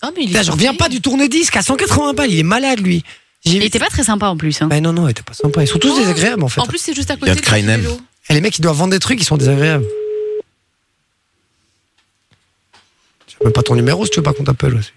Speaker 4: Ah, mais il est
Speaker 1: Là, je reviens pas du tourne-disque à 180 balles. Il est malade, lui. J'ai
Speaker 3: Il était pas Oh, très sympa en plus. hein.
Speaker 1: Bah non, non, il était pas sympa. Ils sont tous désagréables, en fait.
Speaker 4: En plus, c'est juste à
Speaker 2: y a
Speaker 4: côté
Speaker 2: de
Speaker 4: de
Speaker 2: Krainem.
Speaker 4: vélo.
Speaker 1: Et les mecs, ils doivent vendre des trucs, ils sont désagréables. J'ai même pas ton numéro si tu veux pas qu'on t'appelle aussi.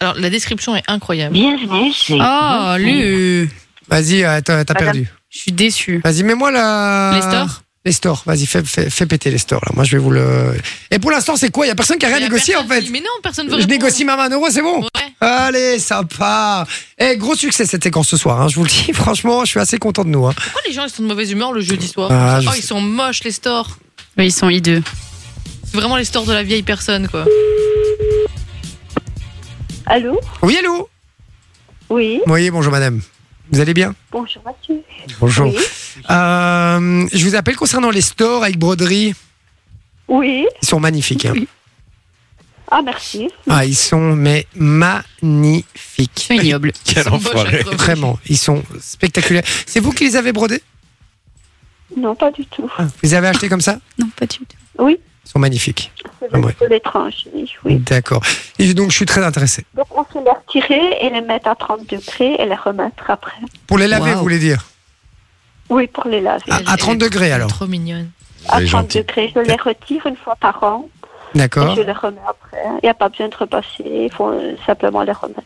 Speaker 4: Alors, la description est incroyable.
Speaker 10: Bienvenue chez.
Speaker 1: Ah.
Speaker 3: Oh, lui
Speaker 1: Vas-y, euh, t'as t'as
Speaker 10: Madame.
Speaker 1: perdu.
Speaker 3: Je suis déçue.
Speaker 1: Vas-y, mets-moi la.
Speaker 3: Les stores
Speaker 1: Les stores, vas-y, fais, fais, fais péter les stores, là. Moi, je vais vous le. Et pour l'instant, c'est quoi Il y a personne qui a rien
Speaker 4: Mais y a
Speaker 1: négocié, en
Speaker 4: personne
Speaker 1: fait.
Speaker 4: qui- Mais non, personne veut
Speaker 1: Je
Speaker 4: répondre.
Speaker 1: négocie ma main euro, c'est bon
Speaker 4: Ouais.
Speaker 1: Allez, ça part Eh, gros succès cette séquence ce soir, hein, je vous le dis, franchement, je suis assez content de nous. hein.
Speaker 4: Pourquoi les gens ils sont de mauvaise humeur le jeudi soir
Speaker 1: Ah, je
Speaker 4: Oh,
Speaker 1: sais.
Speaker 4: ils sont moches les stores.
Speaker 3: Oui, ils sont hideux.
Speaker 4: C'est vraiment les stores de la vieille personne quoi.
Speaker 10: Allô
Speaker 1: Oui, allô
Speaker 10: Oui,
Speaker 1: Oui, bonjour madame. Vous allez bien
Speaker 10: bonjour Mathieu.
Speaker 1: Bonjour.
Speaker 10: Oui.
Speaker 1: Euh, je vous appelle concernant les stores avec broderie.
Speaker 10: oui.
Speaker 1: Ils sont magnifiques. hein.
Speaker 10: Ah, merci.
Speaker 1: Ah, ils sont, mais magnifiques.
Speaker 3: C'est ignoble.
Speaker 2: Quel
Speaker 4: Moche à
Speaker 2: enfoiré.
Speaker 4: crever.
Speaker 1: Vraiment, ils sont spectaculaires. C'est vous qui les avez brodés
Speaker 10: Non, pas du tout.
Speaker 1: Ah, Vous les avez achetés comme ça
Speaker 3: Non, pas du tout.
Speaker 10: Oui,
Speaker 1: Ils sont magnifiques.
Speaker 10: c'est
Speaker 1: Ah, ouais.
Speaker 10: de l'étrange. Oui.
Speaker 1: D'accord. Et donc, je suis très intéressé.
Speaker 10: Donc, on sait les retirer et les mettre à 30 degrés et les remettre après.
Speaker 1: Pour les laver,
Speaker 4: Waouh.
Speaker 1: vous voulez dire
Speaker 10: Oui, pour les laver.
Speaker 1: À-
Speaker 4: Elle-
Speaker 1: à
Speaker 4: elle
Speaker 1: 30
Speaker 4: est
Speaker 1: degrés,
Speaker 4: trop-
Speaker 1: alors.
Speaker 4: Trop mignonne.
Speaker 10: à 30
Speaker 2: gentil.
Speaker 10: degrés, je les retire une fois par an
Speaker 2: Hein
Speaker 10: et
Speaker 1: D'accord.
Speaker 10: je les remets après. Il n'y a pas besoin de repasser, il faut euh, simplement les remettre.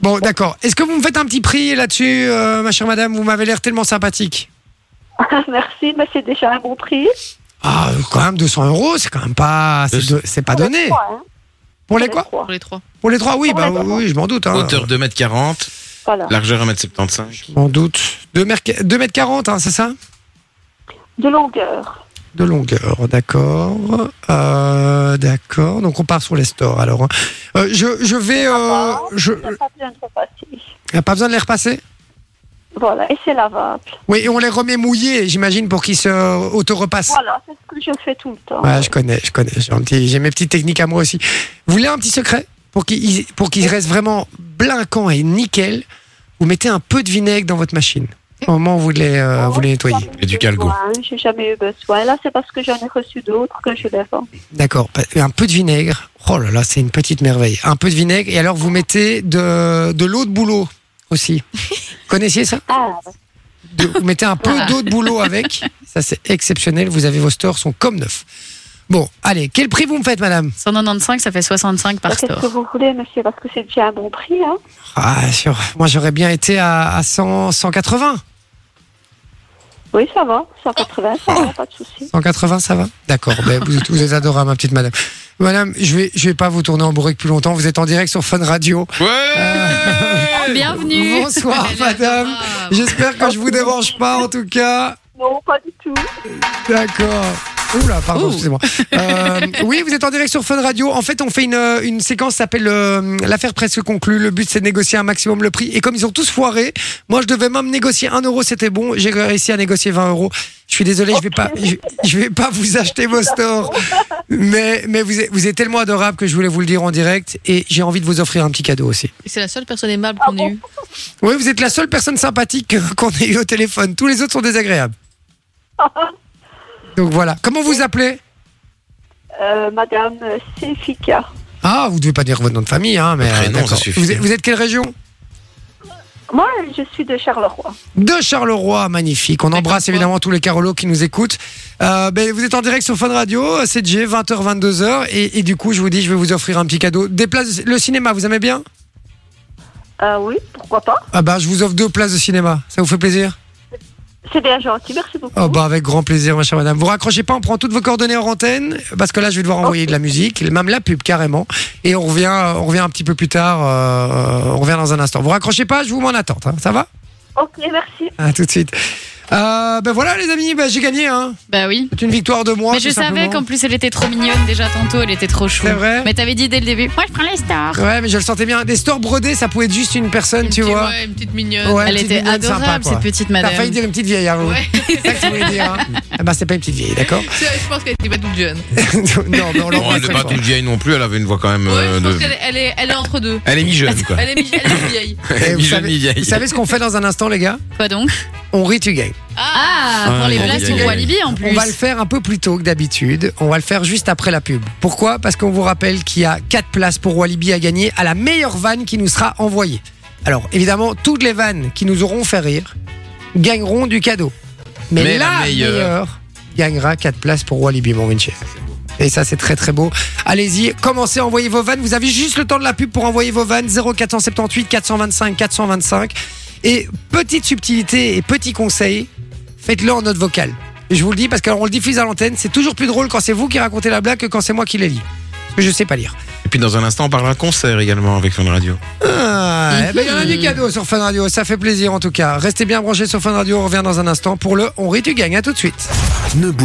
Speaker 1: Bon, d'accord. Est-ce que vous me faites un petit prix là-dessus, euh, ma chère madame Vous m'avez l'air tellement sympathique.
Speaker 10: Ah, Merci, mais c'est déjà un bon prix.
Speaker 1: Ah, euh, quand même, 200 euros, c'est quand même pas. C'est,
Speaker 2: Deux-
Speaker 1: de- c'est pas
Speaker 10: Pour les
Speaker 1: donné.
Speaker 10: trois, hein.
Speaker 1: Pour les quoi
Speaker 10: trois.
Speaker 4: Pour les trois.
Speaker 1: Pour les trois, oui,
Speaker 10: Pour
Speaker 1: bah
Speaker 10: les trois.
Speaker 1: oui, je m'en doute. Hein.
Speaker 2: Ah. Hauteur 2m40,
Speaker 10: Voilà.
Speaker 2: largeur 1m75.
Speaker 1: Je m'en doute. 2m40, hein, c'est ça
Speaker 10: De longueur.
Speaker 1: De longueur, d'accord. Euh, d'accord. Donc on part sur les stores alors. hein. Euh, je, je vais.
Speaker 10: Ah,
Speaker 1: Euh, je,
Speaker 10: Il n'y a pas besoin de repasser.
Speaker 1: y a pas besoin de les repasser
Speaker 10: Voilà, et c'est lavable.
Speaker 1: Oui, et on les remet mouillés, j'imagine, pour qu'ils se auto-repassent.
Speaker 10: Voilà, c'est ce que je fais tout le temps.
Speaker 1: Ouais, je connais, je connais. J'ai, un petit- j'ai mes petites techniques à moi aussi. Vous voulez un petit secret Pour qu'ils pour qu'ils restent vraiment blincants et nickel, vous mettez un peu de vinaigre dans votre machine. Au moment où vous les, euh, vous les nettoyez.
Speaker 2: Et du calgo.
Speaker 10: J'ai jamais eu besoin. Là, c'est parce que j'en ai reçu d'autres que je les vends.
Speaker 1: D'accord. Bah, Un peu de vinaigre. Oh là là, c'est une petite merveille. Un peu de vinaigre. Et alors, vous mettez de, de l'eau de boulot aussi. Connaissiez ça
Speaker 10: Ah,
Speaker 1: de- vous mettez un peu d'eau de boulot avec. Ça, c'est exceptionnel. Vous avez vos stores sont comme neufs. Bon, allez, quel prix vous me faites, madame
Speaker 3: 195, ça fait 65 par
Speaker 10: qu'est-ce que
Speaker 3: store.
Speaker 10: vous voulez, monsieur Parce que c'est déjà un bon prix. Hein.
Speaker 1: Ah, sûr. Moi, j'aurais bien été à, à 100, 180.
Speaker 10: Oui, ça va. 180, ça va, pas de souci.
Speaker 1: 180, Oh. ça va D'accord. Ben, vous, êtes- vous êtes adorable, ma petite madame. Madame, je vais, je vais pas vous tourner en bourrique plus longtemps. Vous êtes en direct sur Fun Radio.
Speaker 2: Ouais
Speaker 3: Bienvenue
Speaker 1: Bonsoir,
Speaker 4: Elle est
Speaker 1: madame.
Speaker 4: adorable.
Speaker 1: J'espère que je vous dérange pas, en tout cas.
Speaker 10: Non, pas du tout.
Speaker 1: D'accord. Oula, pardon,
Speaker 4: Ouh.
Speaker 1: excusez-moi. Euh, oui, vous êtes en direct sur Fun Radio. En fait, on fait une, euh, une séquence qui s'appelle euh, l'affaire presque conclue. Le but, c'est de négocier un maximum le prix. Et comme ils ont tous foiré, moi, je devais même négocier 1 euro, c'était bon. J'ai réussi à négocier 20 euros. Je suis désolé, je vais pas, je, je vais pas vous acheter vos stores. Mais, mais vous êtes, vous êtes tellement adorable que je voulais vous le dire en direct. Et j'ai envie de vous offrir un petit cadeau aussi.
Speaker 4: Et C'est la seule personne aimable qu'on
Speaker 3: Ah
Speaker 4: ait eue.
Speaker 1: Oui, vous êtes la seule personne sympathique qu'on ait eu au téléphone. Tous les autres sont désagréables. Donc voilà. Comment vous appelez
Speaker 10: Euh, Madame euh, Sefika,
Speaker 1: Ah, vous devez pas dire votre nom de famille, hein, mais
Speaker 2: Le prénom,
Speaker 1: d'accord.
Speaker 2: ça suffit.
Speaker 1: Vous êtes, vous êtes quelle région
Speaker 10: moi, je suis de Charleroi.
Speaker 1: De Charleroi, magnifique. On embrasse
Speaker 4: quoi.
Speaker 1: évidemment tous les Carolos qui nous écoutent. Euh, ben, vous êtes en direct sur Fun Radio, c'est J, 20h, 22h. Et, et du coup, je vous dis, je vais vous offrir un petit cadeau. Des places, le cinéma, vous aimez bien
Speaker 10: Ah oui, pourquoi pas
Speaker 1: Ah bah, je vous offre deux places de cinéma. Ça vous fait plaisir
Speaker 10: C'est bien gentil, merci beaucoup.
Speaker 2: Ah
Speaker 1: Oh bah avec grand plaisir, ma chère madame. Vous raccrochez pas, on prend toutes vos coordonnées en antenne, parce que là, je vais
Speaker 10: Oh.
Speaker 1: devoir envoyer de la musique, même la pub carrément. Et on revient, euh, on revient un petit peu plus tard, euh, on revient dans un instant. Vous raccrochez pas, je vous mets en attente, hein. ça va
Speaker 10: Ok, merci.
Speaker 1: À tout de suite. Euh, ben voilà, les amis, ben j'ai gagné. Hein.
Speaker 3: Bah oui.
Speaker 1: C'est une victoire de
Speaker 4: Oh,
Speaker 1: moi.
Speaker 3: Mais je
Speaker 1: tout
Speaker 3: savais
Speaker 1: simplement.
Speaker 3: qu'en plus elle était trop mignonne déjà tantôt, elle était trop chou.
Speaker 1: C'est vrai
Speaker 3: Mais t'avais dit dès le début, moi je prends les stars.
Speaker 1: Ouais, mais je le sentais bien. Des stores brodés, ça pouvait être juste une personne,
Speaker 4: Une
Speaker 1: tu
Speaker 4: petite-
Speaker 1: vois.
Speaker 4: ouais, une petite mignonne.
Speaker 1: Ouais,
Speaker 3: elle
Speaker 1: petite
Speaker 3: était
Speaker 1: mignonne sympa,
Speaker 3: adorable
Speaker 1: quoi.
Speaker 3: cette petite
Speaker 1: T'as
Speaker 3: madame.
Speaker 1: failli dire une petite vieille, hein, vous.
Speaker 4: Ouais.
Speaker 1: C'est ça que tu voulais dire. Hein. Eh ben, c'est pas une petite vieille, d'accord
Speaker 4: Je pense qu'elle était pas toute jeune.
Speaker 1: Non, mais on
Speaker 2: Bon, elle n'est pas toute vieille non plus, elle avait une voix quand même.
Speaker 4: Ouais,
Speaker 2: euh,
Speaker 4: je
Speaker 2: de-
Speaker 4: pense qu'elle est- elle est, elle est entre deux.
Speaker 2: Elle est mi-jeune, quoi.
Speaker 4: Elle est, mi- elle est vieille.
Speaker 2: Elle est
Speaker 1: vous,
Speaker 2: mi-jeune,
Speaker 1: savez,
Speaker 2: mi-vieille.
Speaker 1: vous savez ce qu'on fait dans un instant, les gars
Speaker 3: Quoi donc
Speaker 1: On rit, tu gagnes.
Speaker 3: Ah,
Speaker 2: Ah,
Speaker 3: pour les
Speaker 2: aïe,
Speaker 3: places
Speaker 2: aïe,
Speaker 3: pour
Speaker 2: aïe.
Speaker 3: Walibi en plus.
Speaker 1: On va le faire un peu plus tôt que d'habitude. On va le faire juste après la pub. Pourquoi Parce qu'on vous rappelle qu'il y a 4 places pour Walibi à gagner à la meilleure vanne qui nous sera envoyée. Alors, évidemment, toutes les vannes qui nous auront fait rire gagneront du cadeau. Mais,
Speaker 2: Mais
Speaker 1: la,
Speaker 2: la
Speaker 1: meilleure...
Speaker 2: meilleure.
Speaker 1: gagnera 4 places pour Walibi, mon Vinci. Et ça, c'est très très beau. Allez-y, commencez à envoyer vos vannes. Vous avez juste le temps de la pub pour envoyer vos vannes. 0478 425 425. Et petite subtilité et petit conseil, faites-le en note vocale. Je vous le dis parce qu'on le diffuse à l'antenne. C'est toujours plus drôle quand c'est vous qui racontez la blague que quand c'est moi qui les lis. Parce que je sais pas lire.
Speaker 2: Et puis dans un instant, on parlera concert également avec Fun Radio.
Speaker 1: Ah, eh ben, Il y en a du cadeau sur Fun Radio. Ça fait plaisir en tout cas. Restez bien branchés sur Fun Radio. On revient dans un instant pour le On rit, tu gagnes. À tout de suite.
Speaker 9: Ne bougez